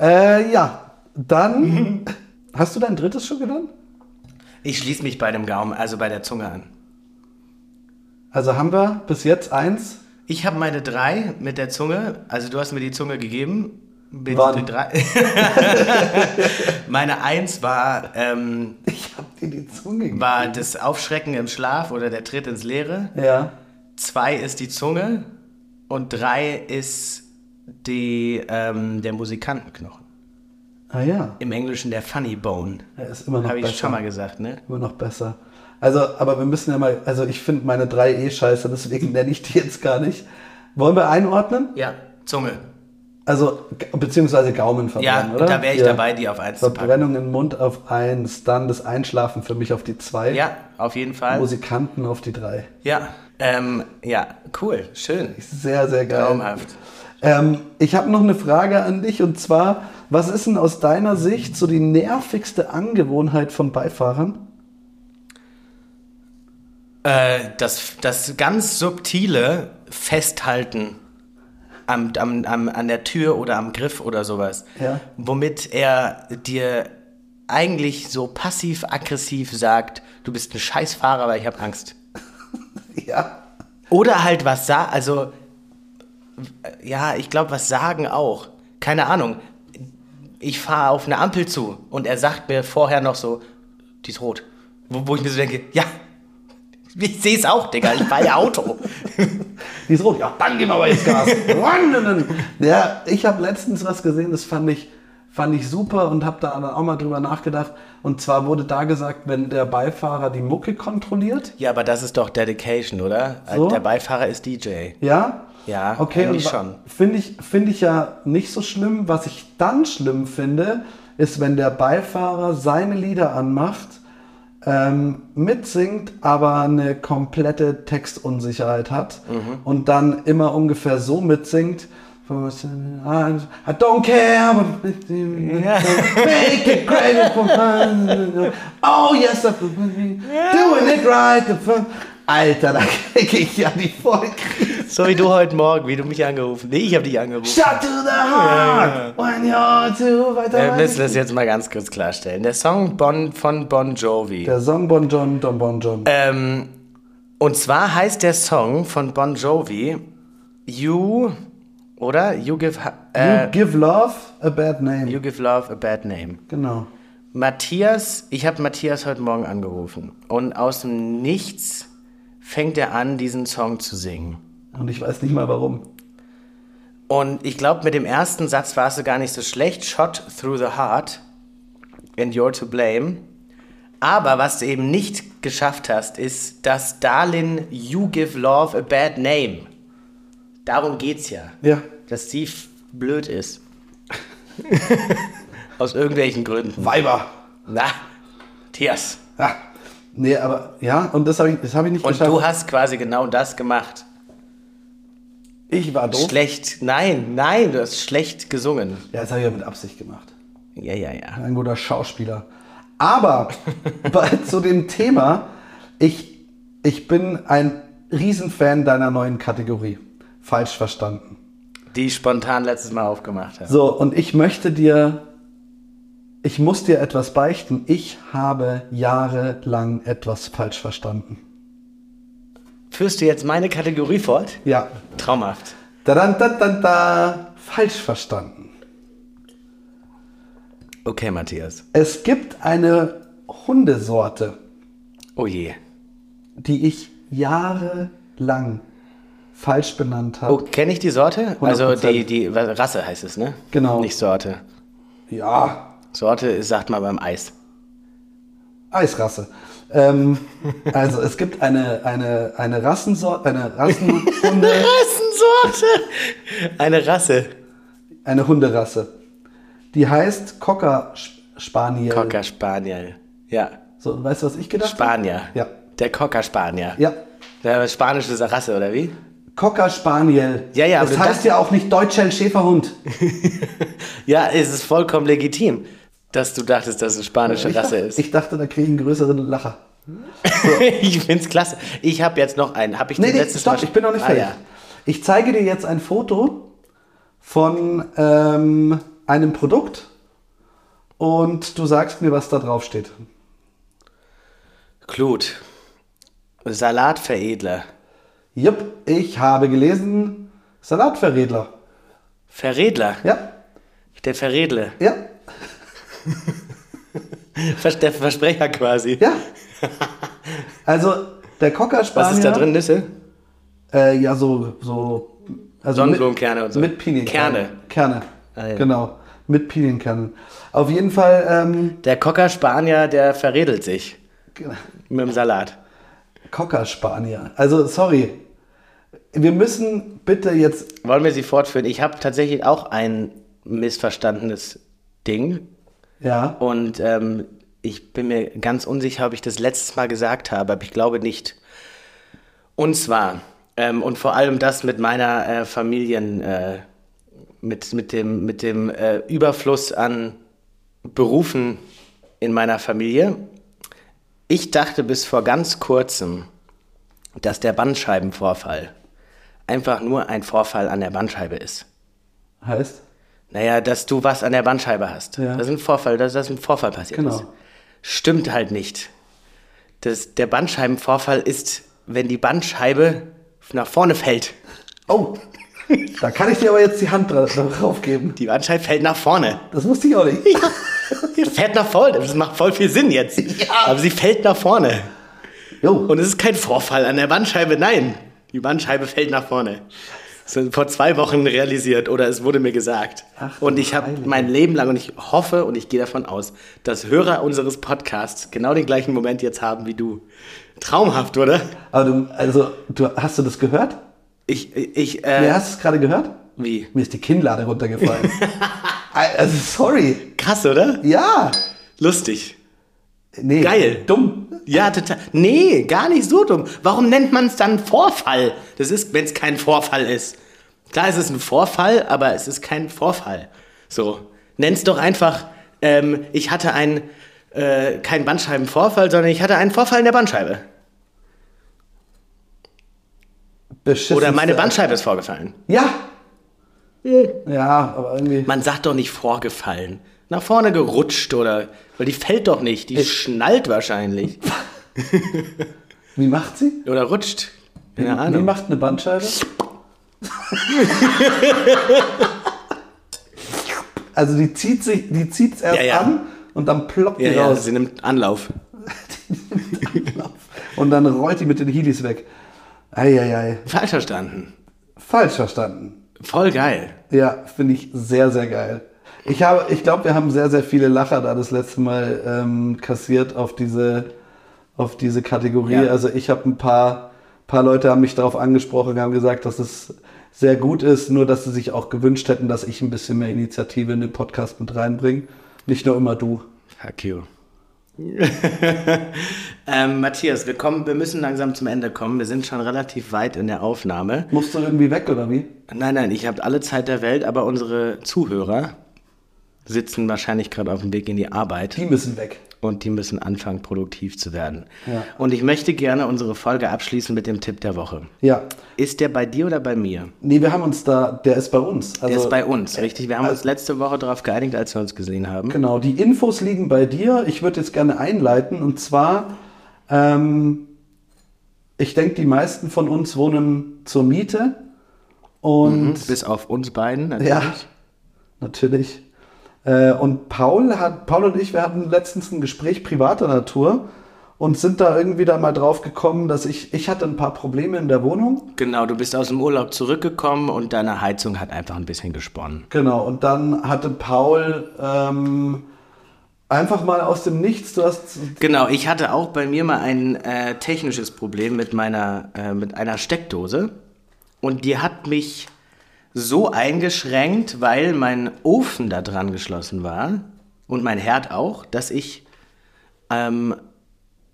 [SPEAKER 4] Äh, ja,
[SPEAKER 2] Mhm.
[SPEAKER 4] dann. Hast du dein drittes schon genannt?
[SPEAKER 2] Ich schließe mich bei dem Gaumen, also bei der Zunge an.
[SPEAKER 4] Also haben wir bis jetzt eins.
[SPEAKER 2] Ich habe meine drei mit der Zunge, also du hast mir die Zunge gegeben. Mit
[SPEAKER 4] Wann?
[SPEAKER 2] den Drei. meine eins war, ähm,
[SPEAKER 4] Ich hab dir die Zunge gegeben.
[SPEAKER 2] war das Aufschrecken im Schlaf oder der Tritt ins Leere.
[SPEAKER 4] Ja.
[SPEAKER 2] Zwei ist die Zunge und drei ist die, ähm, der Musikantenknochen.
[SPEAKER 4] Ah ja,
[SPEAKER 2] Im Englischen der Funny Bone.
[SPEAKER 4] er ist immer noch
[SPEAKER 2] Habe ich
[SPEAKER 4] besser.
[SPEAKER 2] schon mal gesagt, ne?
[SPEAKER 4] Immer noch besser. Also, aber wir müssen ja mal. Also, ich finde meine drei eh scheiße, deswegen nenne ich die jetzt gar nicht. Wollen wir einordnen?
[SPEAKER 2] Ja, Zunge.
[SPEAKER 4] Also, g- beziehungsweise Gaumen
[SPEAKER 2] Ja,
[SPEAKER 4] verbrennen,
[SPEAKER 2] und
[SPEAKER 4] oder?
[SPEAKER 2] da wäre ich
[SPEAKER 4] Ja.
[SPEAKER 2] dabei, die auf eins zu packen.
[SPEAKER 4] Verbrennung im Mund auf eins, dann das Einschlafen für mich auf die zwei.
[SPEAKER 2] Ja, auf jeden Fall.
[SPEAKER 4] Musikanten auf die drei.
[SPEAKER 2] Ja, ähm, ja, cool, schön.
[SPEAKER 4] Sehr, sehr geil.
[SPEAKER 2] Traumhaft.
[SPEAKER 4] Ähm, ich habe noch eine Frage an dich und zwar, was ist denn aus deiner Sicht so die nervigste Angewohnheit von Beifahrern?
[SPEAKER 2] Äh, das, das ganz subtile Festhalten am, am, am, an der Tür oder am Griff oder sowas,
[SPEAKER 4] Ja.
[SPEAKER 2] womit er dir eigentlich so passiv-aggressiv sagt, du bist ein Scheißfahrer, aber ich habe Angst.
[SPEAKER 4] Ja.
[SPEAKER 2] Oder halt was sagen, also äh, ja, ich glaube, was sagen auch. Keine Ahnung. Ich fahre auf eine Ampel zu und er sagt mir vorher noch so, die ist rot. Wo, wo ich mir so denke, ja, ich sehe es auch, Digga, ich fahre ja Auto.
[SPEAKER 4] Die ist rot. Ja, dann geben wir aber jetzt Gas. Ran, ran, ran. ja, ich habe letztens was gesehen, das fand ich, fand ich super und habe da dann auch mal drüber nachgedacht. Und zwar wurde da gesagt, wenn der Beifahrer die Mucke kontrolliert.
[SPEAKER 2] Ja, aber das ist doch Dedication, oder?
[SPEAKER 4] So?
[SPEAKER 2] Der Beifahrer ist DJ.
[SPEAKER 4] Ja?
[SPEAKER 2] Ja,
[SPEAKER 4] okay.
[SPEAKER 2] eigentlich
[SPEAKER 4] und wa-
[SPEAKER 2] schon.
[SPEAKER 4] Finde ich, finde ich ja nicht so schlimm. Was ich dann schlimm finde, ist, wenn der Beifahrer seine Lieder anmacht, ähm, mitsingt, aber eine komplette Textunsicherheit halt hat und dann immer ungefähr so mitsingt. I don't care, but make it great for fun. Oh yes, I- doing it right. Alter, da krieg ich ja die Vollkrise.
[SPEAKER 2] So wie du heute Morgen, wie du mich angerufen Nee, ich habe dich angerufen.
[SPEAKER 4] Shut to the heart when you're too weiter.
[SPEAKER 2] Wir müssen das jetzt mal ganz kurz klarstellen. Der Song bon, von Bon Jovi.
[SPEAKER 4] Der Song Bon John, Don Bon John.
[SPEAKER 2] Ähm, und zwar heißt der Song von Bon Jovi You, oder? You give, ha- äh,
[SPEAKER 4] you give love a bad name.
[SPEAKER 2] you give Love a Bad Name.
[SPEAKER 4] genau.
[SPEAKER 2] Matthias, ich habe Matthias heute Morgen angerufen und aus dem Nichts fängt er an, diesen Song zu singen.
[SPEAKER 4] Und ich weiß nicht mal warum.
[SPEAKER 2] Und ich glaube, mit dem ersten Satz warst du gar nicht so schlecht. Shot through the heart and you're to blame. Aber was du eben nicht geschafft hast, ist das Darlin You Give Love a Bad Name. Darum geht's ja.
[SPEAKER 4] Ja.
[SPEAKER 2] Dass sie f- blöd ist. aus irgendwelchen Gründen.
[SPEAKER 4] Weiber.
[SPEAKER 2] Na, Matthias.
[SPEAKER 4] Ah. Nee, aber ja, und das habe ich, das hab ich nicht
[SPEAKER 2] Und
[SPEAKER 4] geschafft.
[SPEAKER 2] du hast quasi genau das gemacht.
[SPEAKER 4] ich war doof.
[SPEAKER 2] Schlecht, nein, nein, du hast schlecht gesungen.
[SPEAKER 4] ja, das habe ich ja mit Absicht gemacht.
[SPEAKER 2] Ja, ja, ja.
[SPEAKER 4] ein guter Schauspieler. Aber bei, zu dem Thema, ich, ich bin ein Riesenfan deiner neuen Kategorie. Falsch verstanden.
[SPEAKER 2] Die ich spontan letztes Mal aufgemacht habe.
[SPEAKER 4] So, und ich möchte dir, ich muss dir etwas beichten. Ich habe jahrelang etwas falsch verstanden.
[SPEAKER 2] Führst du jetzt meine Kategorie fort?
[SPEAKER 4] Ja.
[SPEAKER 2] Traumhaft.
[SPEAKER 4] Da, da, da, da, da. Falsch verstanden.
[SPEAKER 2] Okay, Matthias.
[SPEAKER 4] Es gibt eine Hundesorte,
[SPEAKER 2] Oh je.
[SPEAKER 4] die ich jahrelang falsch benannt habe.
[SPEAKER 2] Oh, kenne ich die Sorte?
[SPEAKER 4] 100%.
[SPEAKER 2] Also die, die was- Rasse heißt es, ne?
[SPEAKER 4] Genau.
[SPEAKER 2] Nicht Sorte. Oh.
[SPEAKER 4] Ja,
[SPEAKER 2] Sorte ist, sagt man beim Eis.
[SPEAKER 4] Eisrasse. Ähm, also es gibt eine, eine, eine Rassensort, eine Rassenhunde,
[SPEAKER 2] Rassensorte! Eine Rasse.
[SPEAKER 4] eine Hunderasse. Die heißt Cocker Sch- Spaniel.
[SPEAKER 2] Cocker Spaniel. Ja.
[SPEAKER 4] So, und weißt du, was ich gedacht
[SPEAKER 2] Spanier.
[SPEAKER 4] Ja.
[SPEAKER 2] Der Cocker Spanier.
[SPEAKER 4] habe? Ja.
[SPEAKER 2] Der spanische Rasse, oder wie?
[SPEAKER 4] Cocker Spaniel.
[SPEAKER 2] Ja, ja, aber
[SPEAKER 4] Das
[SPEAKER 2] du
[SPEAKER 4] heißt
[SPEAKER 2] dacht-
[SPEAKER 4] ja auch nicht Deutschell Schäferhund.
[SPEAKER 2] Ja, es ist vollkommen legitim, dass du dachtest, dass es spanische
[SPEAKER 4] ich,
[SPEAKER 2] Rasse
[SPEAKER 4] dachte,
[SPEAKER 2] ist.
[SPEAKER 4] ich dachte, da kriege ich einen größeren Lacher.
[SPEAKER 2] ich find's klasse. Ich habe jetzt noch einen. Hab ich
[SPEAKER 4] Nee,
[SPEAKER 2] den
[SPEAKER 4] nee,
[SPEAKER 2] letztes
[SPEAKER 4] stopp,
[SPEAKER 2] Mal?
[SPEAKER 4] ich bin noch nicht
[SPEAKER 2] Ah,
[SPEAKER 4] fertig.
[SPEAKER 2] ja.
[SPEAKER 4] Ich zeige dir jetzt ein Foto von ähm, einem Produkt und du sagst mir, was da drauf steht.
[SPEAKER 2] Klut. Salatveredler.
[SPEAKER 4] Jupp, ich habe gelesen, Salatverrädler.
[SPEAKER 2] Verrädler.
[SPEAKER 4] Ja,
[SPEAKER 2] Der Verrädle.
[SPEAKER 4] ja,
[SPEAKER 2] Vers der Versprecher quasi.
[SPEAKER 4] ja. Also, der Cocker Spanier.
[SPEAKER 2] Was ist da drin? Nüsse?
[SPEAKER 4] Äh, ja, so, so. Also
[SPEAKER 2] Sonnenblumenkerne
[SPEAKER 4] mit,
[SPEAKER 2] und so.
[SPEAKER 4] Mit Pinienkernen. Kerne.
[SPEAKER 2] Ah, ja.
[SPEAKER 4] Genau, mit Pinienkernen. Auf jeden Fall, ähm,
[SPEAKER 2] Der Cocker Spanier, der verredelt sich
[SPEAKER 4] g-
[SPEAKER 2] mit dem Salat.
[SPEAKER 4] Cocker Spanier. Also, sorry. Wir müssen bitte jetzt.
[SPEAKER 2] Wollen wir sie fortführen? Ich habe tatsächlich auch ein missverstandenes Ding.
[SPEAKER 4] Ja,
[SPEAKER 2] Und ähm, ich bin mir ganz unsicher, ob ich das letztes Mal gesagt habe, aber ich glaube nicht. Und zwar, ähm, und vor allem das mit meiner äh, Familien, äh, mit, mit dem, mit dem äh, Überfluss an Berufen in meiner Familie. Ich dachte bis vor ganz kurzem, dass der Bandscheibenvorfall einfach nur ein Vorfall an der Bandscheibe ist.
[SPEAKER 4] heißt.
[SPEAKER 2] Naja, dass du was an der Bandscheibe hast.
[SPEAKER 4] Ja.
[SPEAKER 2] Das ist ein Vorfall, dass das ein Vorfall passiert
[SPEAKER 4] Genau.
[SPEAKER 2] ist. Stimmt halt nicht. Das, der Bandscheibenvorfall ist, wenn die Bandscheibe nach vorne fällt.
[SPEAKER 4] Oh, da kann ich dir aber jetzt die Hand dra- drauf geben.
[SPEAKER 2] Die Bandscheibe fällt nach vorne.
[SPEAKER 4] Das wusste ich auch nicht.
[SPEAKER 2] Die fährt nach vorne. Das macht voll viel Sinn jetzt. Aber sie fällt nach vorne.
[SPEAKER 4] Jo.
[SPEAKER 2] Und es ist kein Vorfall an der Bandscheibe, nein. Die Bandscheibe fällt nach vorne. so vor zwei Wochen realisiert oder es wurde mir gesagt.
[SPEAKER 3] Ach,
[SPEAKER 2] und
[SPEAKER 3] du
[SPEAKER 2] ich habe
[SPEAKER 3] Heilige.
[SPEAKER 2] mein Leben lang und ich hoffe und ich gehe davon aus, dass Hörer unseres Podcasts genau den gleichen Moment jetzt haben wie du. Traumhaft, oder?
[SPEAKER 3] Aber du, also, du, hast du das gehört?
[SPEAKER 2] Ich, ich, äh,
[SPEAKER 3] Ja, hast du es gerade gehört?
[SPEAKER 2] wie?
[SPEAKER 3] Mir ist die Kinnlade runtergefallen. also, sorry.
[SPEAKER 2] Krass, oder?
[SPEAKER 3] Ja.
[SPEAKER 2] Lustig.
[SPEAKER 3] Nee.
[SPEAKER 2] Geil.
[SPEAKER 3] Dumm.
[SPEAKER 2] Ja, total. Nee, gar nicht so dumm. Warum nennt man es dann Vorfall? Das ist, wenn es kein Vorfall ist. Klar, es ist ein Vorfall, aber es ist kein Vorfall. So, nenn's doch einfach, ähm, ich hatte einen, äh, keinen Bandscheibenvorfall, sondern ich hatte einen Vorfall in der Bandscheibe.
[SPEAKER 3] Beschissen.
[SPEAKER 2] Oder meine Bandscheibe ist vorgefallen.
[SPEAKER 3] Ja. Ja, aber irgendwie.
[SPEAKER 2] Man sagt doch nicht vorgefallen. Nach vorne gerutscht oder, weil die fällt doch nicht, die schnallt wahrscheinlich.
[SPEAKER 3] Wie macht sie?
[SPEAKER 2] Oder rutscht. Keine
[SPEAKER 3] Wie
[SPEAKER 2] Ahnung.
[SPEAKER 3] macht eine Bandscheibe? also die zieht sich, die zieht's erst
[SPEAKER 2] Ja, ja.
[SPEAKER 3] an und dann ploppt
[SPEAKER 2] Ja,
[SPEAKER 3] die
[SPEAKER 2] ja,
[SPEAKER 3] raus.
[SPEAKER 2] sie nimmt Anlauf.
[SPEAKER 3] und dann rollt die mit den Heelys weg. Eieiei.
[SPEAKER 2] Falsch verstanden.
[SPEAKER 3] Falsch verstanden.
[SPEAKER 2] Voll geil.
[SPEAKER 3] Ja, finde ich sehr, sehr geil. Ich, habe, ich glaube, wir haben sehr, sehr viele Lacher da das letzte Mal ähm, kassiert auf diese, auf diese Kategorie.
[SPEAKER 2] Ja.
[SPEAKER 3] Also ich habe ein paar, paar Leute haben mich darauf angesprochen, haben gesagt, dass es sehr gut ist, nur dass sie sich auch gewünscht hätten, dass ich ein bisschen mehr Initiative in den Podcast mit reinbringe. Nicht nur immer du.
[SPEAKER 2] Fuck you. ähm, Matthias, wir, kommen, wir müssen langsam zum Ende kommen. Wir sind schon relativ weit in der Aufnahme.
[SPEAKER 3] Musst du irgendwie weg oder wie?
[SPEAKER 2] Nein, nein, ich habe alle Zeit der Welt, aber unsere Zuhörer sitzen wahrscheinlich gerade auf dem Weg in die Arbeit
[SPEAKER 3] Die müssen weg.
[SPEAKER 2] und die müssen anfangen, produktiv zu werden.
[SPEAKER 3] Ja.
[SPEAKER 2] Und ich möchte gerne unsere Folge abschließen mit dem Tipp der Woche.
[SPEAKER 3] Ja.
[SPEAKER 2] Ist der bei dir oder bei mir?
[SPEAKER 3] Nee, wir haben uns da, der ist bei uns.
[SPEAKER 2] Der
[SPEAKER 3] Also- äh,
[SPEAKER 2] ist bei uns, richtig? Wir haben uns letzte Woche darauf geeinigt, als wir uns gesehen haben.
[SPEAKER 3] Genau, die Infos liegen bei dir. Ich würde jetzt gerne einleiten und zwar, ähm, ich denke, die meisten von uns wohnen zur Miete und
[SPEAKER 2] Bis auf uns beiden. natürlich.
[SPEAKER 3] ja, natürlich. Äh, und Paul hat, Paul und ich, wir hatten letztens ein Gespräch privater Natur und sind da irgendwie da mal drauf gekommen, dass ich, ich hatte ein paar Probleme in der Wohnung
[SPEAKER 2] Genau, du bist aus dem Urlaub zurückgekommen und deine Heizung hat einfach ein bisschen gesponnen.
[SPEAKER 3] Genau, und dann hatte Paul ähm, einfach mal aus dem Nichts, du hast.
[SPEAKER 2] Genau, ich hatte auch bei mir mal ein äh, technisches Problem mit meiner äh, mit einer Steckdose und die hat mich so eingeschränkt, weil mein Ofen da dran geschlossen war und mein Herd auch, dass ich ähm,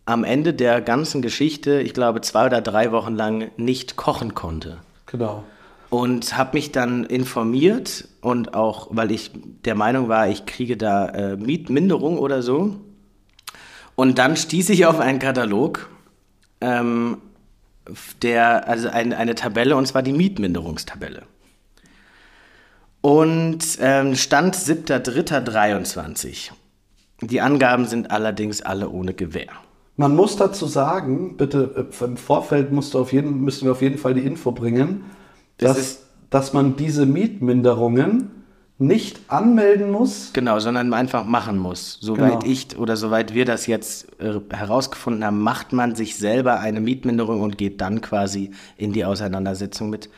[SPEAKER 2] am Ende der ganzen Geschichte, ich glaube zwei oder drei Wochen lang nicht kochen konnte.
[SPEAKER 3] Genau.
[SPEAKER 2] und habe mich dann informiert und auch, weil ich der Meinung war, ich kriege da äh, Mietminderung oder so. Und dann stieß ich auf einen Katalog, ähm, f- der, also ein, eine Tabelle, und zwar die Mietminderungstabelle. Und ähm, Stand 7.3.23. Die Angaben sind allerdings alle ohne Gewähr.
[SPEAKER 3] Man muss dazu sagen, bitte, äh, im Vorfeld musst du auf jeden, müssen wir auf jeden Fall die Info bringen,
[SPEAKER 2] Das
[SPEAKER 3] dass,
[SPEAKER 2] ist-
[SPEAKER 3] dass man diese Mietminderungen nicht anmelden muss.
[SPEAKER 2] Genau, sondern man einfach machen muss. Soweit
[SPEAKER 3] Genau.
[SPEAKER 2] ich oder soweit wir das jetzt äh, herausgefunden haben, macht man sich selber eine Mietminderung und geht dann quasi in die Auseinandersetzung mit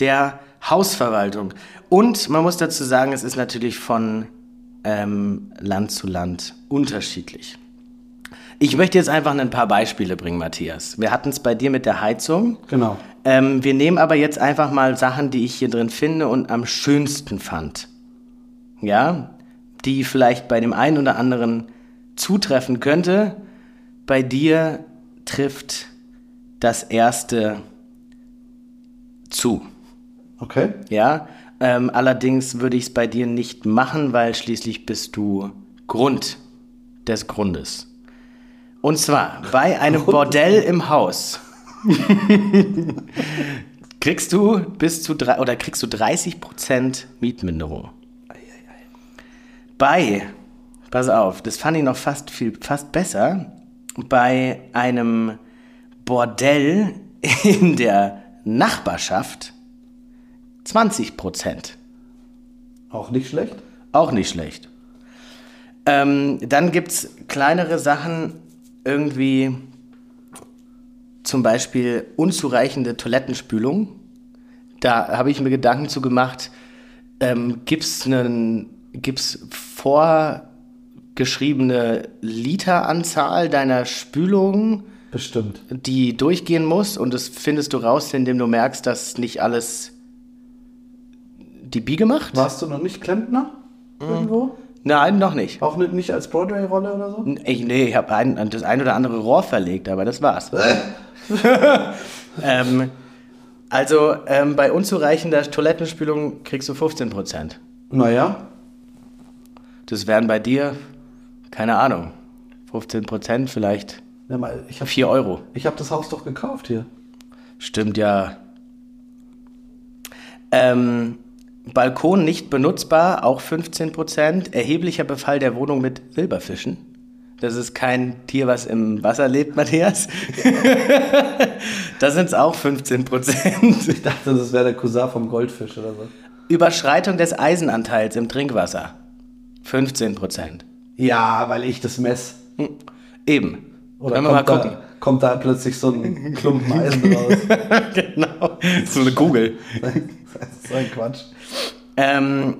[SPEAKER 2] der Hausverwaltung. Und man muss dazu sagen, es ist natürlich von ähm, Land zu Land unterschiedlich. Ich möchte jetzt einfach ein paar Beispiele bringen, Matthias. Wir hatten es bei dir mit der Heizung.
[SPEAKER 3] Genau.
[SPEAKER 2] Ähm, wir nehmen aber jetzt einfach mal Sachen, die ich hier drin finde und am schönsten fand. Ja, die vielleicht bei dem einen oder anderen zutreffen könnte. Bei dir trifft das erste zu.
[SPEAKER 3] Okay.
[SPEAKER 2] Ja, ähm, allerdings würde ich es bei dir nicht machen, weil schließlich bist du Grund des Grundes. Und zwar bei einem Bordell im Haus. kriegst du bis zu drei, oder kriegst du 30 Prozent Mietminderung. Bei, pass auf, das fand ich noch fast viel, fast besser, bei einem Bordell in der Nachbarschaft 20 Prozent.
[SPEAKER 3] Auch nicht schlecht.
[SPEAKER 2] Auch nicht schlecht. Ähm, dann gibt es kleinere Sachen, irgendwie zum Beispiel unzureichende Toilettenspülung. da habe ich mir Gedanken zu gemacht, ähm, gibt es einen, gibt's vorgeschriebene Literanzahl deiner Spülung,
[SPEAKER 3] Bestimmt.
[SPEAKER 2] die durchgehen muss und das findest du raus, indem du merkst, dass nicht alles die Biege macht?
[SPEAKER 3] Warst du noch nicht Klempner?
[SPEAKER 2] Mhm.
[SPEAKER 3] Irgendwo?
[SPEAKER 2] Nein, noch nicht.
[SPEAKER 3] Auch nicht, nicht als Broadway-Rolle oder so?
[SPEAKER 2] Ich, nee, ich habe ein, das ein oder andere Rohr verlegt, aber das war's. ähm, also ähm, bei unzureichender Toilettenspülung kriegst du 15%.
[SPEAKER 3] Naja,
[SPEAKER 2] Das wären bei dir, keine Ahnung, 15% vielleicht
[SPEAKER 3] ja, mal, ich habe
[SPEAKER 2] 4 Euro.
[SPEAKER 3] ich hab das Haus doch gekauft hier.
[SPEAKER 2] Stimmt ja. Ähm, Balkon nicht benutzbar, auch 15%. Erheblicher Befall der Wohnung mit Silberfischen. Das ist kein Tier, was im Wasser lebt, Matthias. da sind es auch 15%.
[SPEAKER 3] Ich dachte, das wäre der Cousin vom Goldfisch oder so.
[SPEAKER 2] Überschreitung des Eisenanteils im Trinkwasser. 15%.
[SPEAKER 3] Ja, weil ich das mess.
[SPEAKER 2] Hm. Eben.
[SPEAKER 3] Oder
[SPEAKER 2] Können wir
[SPEAKER 3] kommt,
[SPEAKER 2] mal gucken.
[SPEAKER 3] Da, kommt da plötzlich so ein Klumpen Eisen raus?
[SPEAKER 2] genau. So eine Kugel.
[SPEAKER 3] das ist so ein Quatsch.
[SPEAKER 2] Ähm,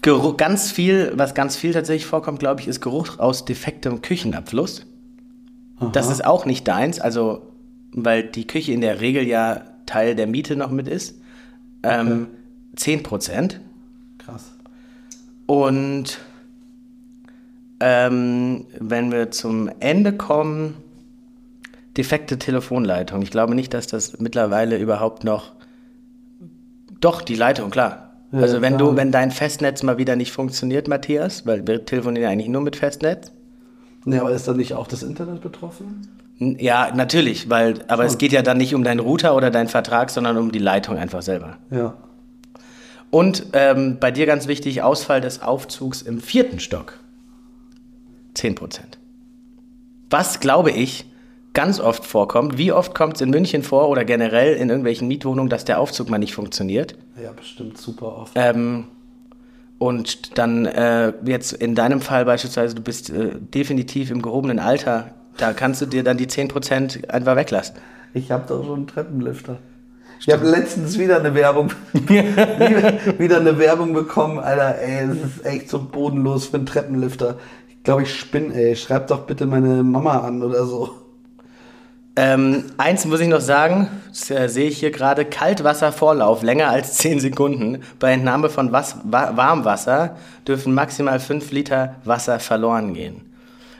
[SPEAKER 2] Geruch, ganz viel, was ganz viel tatsächlich vorkommt, glaube ich, ist Geruch aus defektem Küchenabfluss. Das ist auch nicht deins, also weil die Küche in der Regel ja Teil der Miete noch mit ist. Ähm, 10%.
[SPEAKER 3] Krass.
[SPEAKER 2] Und ähm, wenn wir zum Ende kommen, defekte Telefonleitung. Ich glaube nicht, dass das mittlerweile überhaupt noch. Doch, die Leitung, klar.
[SPEAKER 3] Ja,
[SPEAKER 2] also wenn
[SPEAKER 3] klar.
[SPEAKER 2] du, wenn dein Festnetz mal wieder nicht funktioniert, Matthias, weil wir telefonieren ja eigentlich nur mit Festnetz.
[SPEAKER 3] Ja, aber ist da nicht auch das Internet betroffen?
[SPEAKER 2] N- Ja, natürlich, weil, aber es
[SPEAKER 3] Schon.
[SPEAKER 2] geht ja dann nicht um deinen Router oder deinen Vertrag, sondern um die Leitung einfach selber.
[SPEAKER 3] Ja.
[SPEAKER 2] Und ähm, bei dir ganz wichtig, Ausfall des Aufzugs im vierten Stock. 10%. Was, glaube ich, ganz oft vorkommt. Wie oft kommt es in München vor oder generell in irgendwelchen Mietwohnungen, dass der Aufzug mal nicht funktioniert?
[SPEAKER 3] Ja, bestimmt super oft.
[SPEAKER 2] Ähm, und dann äh, jetzt in deinem Fall beispielsweise, du bist äh, definitiv im gehobenen Alter, da kannst du dir dann die 10% einfach weglassen.
[SPEAKER 3] Ich habe doch schon einen Treppenlifter. Ich habe letztens wieder eine Werbung wieder wieder eine Werbung bekommen, Alter, ey, es ist echt so bodenlos für einen Treppenlifter. Ich glaube, ich spinne, ey. Schreib doch bitte meine Mama an oder so.
[SPEAKER 2] Ähm, eins muss ich noch sagen, das äh, sehe ich hier gerade, Kaltwasservorlauf länger als 10 Sekunden. Bei Entnahme von Was Wa Warmwasser dürfen maximal 5 Liter Wasser verloren gehen.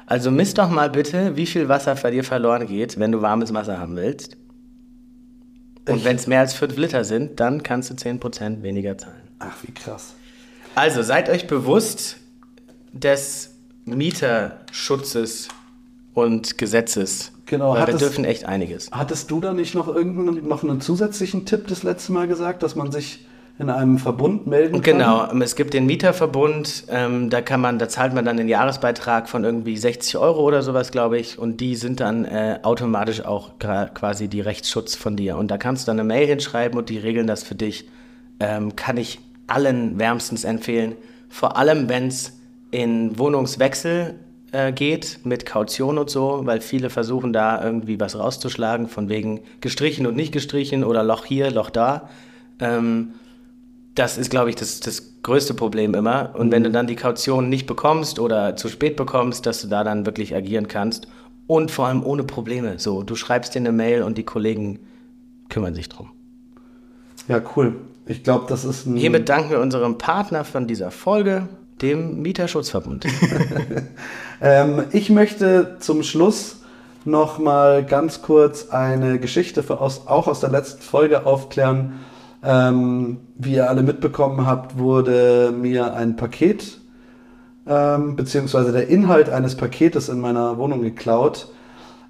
[SPEAKER 2] Also misst doch mal bitte, wie viel Wasser bei dir verloren geht, wenn du warmes Wasser haben willst. Und
[SPEAKER 3] Ich-
[SPEAKER 2] wenn es mehr als 5 Liter sind, dann kannst du 10% weniger zahlen.
[SPEAKER 3] Ach, wie krass.
[SPEAKER 2] Also seid euch bewusst des Mieterschutzes und Gesetzes.
[SPEAKER 3] Genau,
[SPEAKER 2] Weil
[SPEAKER 3] hat
[SPEAKER 2] wir
[SPEAKER 3] es-
[SPEAKER 2] dürfen echt einiges.
[SPEAKER 3] Hattest du da nicht noch irgendeinen noch einen zusätzlichen Tipp das letzte Mal gesagt, dass man sich in einem Verbund melden kann?
[SPEAKER 2] Genau, ähm, es gibt den Mieterverbund, ähm, da kann man, da zahlt man dann einen Jahresbeitrag von irgendwie 60 Euro oder sowas, glaube ich, und die sind dann äh, automatisch auch gra- quasi die Rechtsschutz von dir. Und da kannst du dann eine Mail hinschreiben und die regeln das für dich. Ähm, kann ich allen wärmstens empfehlen. Vor allem, wenn es in Wohnungswechsel äh, geht, mit Kaution und so, weil viele versuchen da irgendwie was rauszuschlagen, von wegen gestrichen und nicht gestrichen oder Loch hier, Loch da. Ähm, das ist, glaube ich, das, das größte Problem immer. Und wenn du dann die Kaution nicht bekommst oder zu spät bekommst, dass du da dann wirklich agieren kannst. Und vor allem ohne Probleme. So, du schreibst dir eine Mail und die Kollegen kümmern sich drum.
[SPEAKER 3] Ja, cool. Ich glaube, das ist ein
[SPEAKER 2] Hiermit danken wir unserem Partner von dieser Folge, dem Mieterschutzverbund.
[SPEAKER 3] Ähm, ich möchte zum Schluss noch mal ganz kurz eine Geschichte für aus, auch aus der letzten Folge aufklären. Ähm, wie ihr alle mitbekommen habt, wurde mir ein Paket ähm, beziehungsweise der Inhalt eines Paketes in meiner Wohnung geklaut.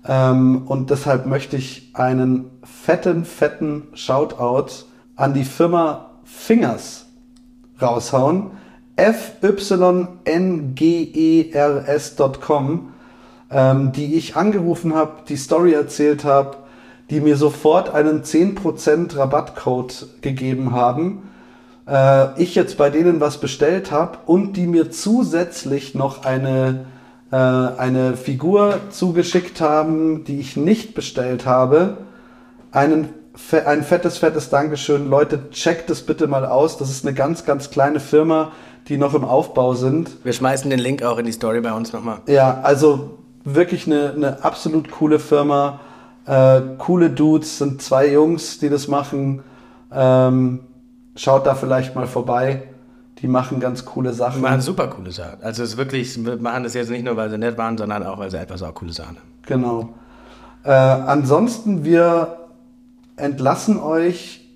[SPEAKER 3] Ähm, und deshalb möchte ich einen fetten, fetten Shoutout an die Firma Fingers raushauen. E fyngers.com, ähm, die ich angerufen habe, die Story erzählt habe, die mir sofort einen 10% Rabattcode gegeben haben. Äh, ich jetzt bei denen was bestellt habe und die mir zusätzlich noch eine, äh, eine Figur zugeschickt haben, die ich nicht bestellt habe einen fe- ein fettes, fettes Dankeschön. Leute, checkt es bitte mal aus. Das ist eine ganz, ganz kleine Firma, die noch im Aufbau sind.
[SPEAKER 2] Wir schmeißen den Link auch in die Story bei uns nochmal.
[SPEAKER 3] Ja, also wirklich eine, eine absolut coole Firma. Äh, coole Dudes, sind zwei Jungs, die das machen. Ähm, schaut da vielleicht mal vorbei. Die machen ganz coole
[SPEAKER 2] Wir
[SPEAKER 3] Sachen.
[SPEAKER 2] machen super coole Sachen. Also es ist wirklich, wir machen das jetzt nicht nur, weil sie nett waren, sondern auch, weil sie etwas auch coole Sachen haben.
[SPEAKER 3] Genau. Äh, ansonsten, wir entlassen euch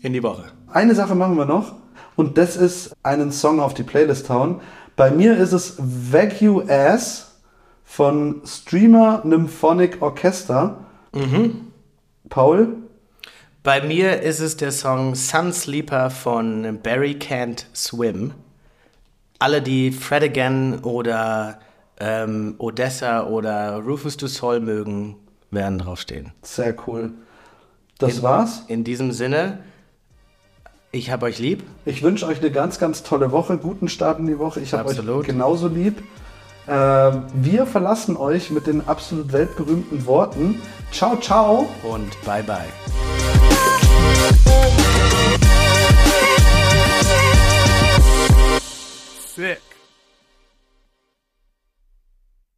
[SPEAKER 2] In die Woche.
[SPEAKER 3] Eine Sache machen wir noch und das ist einen Song auf die Playlist hauen. Bei mir ist es Vacu Ass von Streamer Nymphonik Orchester. Paul,
[SPEAKER 2] Bei mir ist es der Song Sun Sleeper von Barry Can't Swim. Alle, die Fred Again oder ähm, Odessa oder Rufus Du Sol mögen, werden draufstehen.
[SPEAKER 3] sehr cool. Das war's.
[SPEAKER 2] In diesem Sinne, ich hab euch lieb.
[SPEAKER 3] Ich wünsche euch eine ganz, ganz tolle Woche, guten Start in die Woche. Ich habe euch
[SPEAKER 2] Absolut.
[SPEAKER 3] genauso lieb. Äh, wir verlassen euch mit den absolut weltberühmten Worten. Ciao, ciao.
[SPEAKER 2] und bye bye.
[SPEAKER 1] Sit.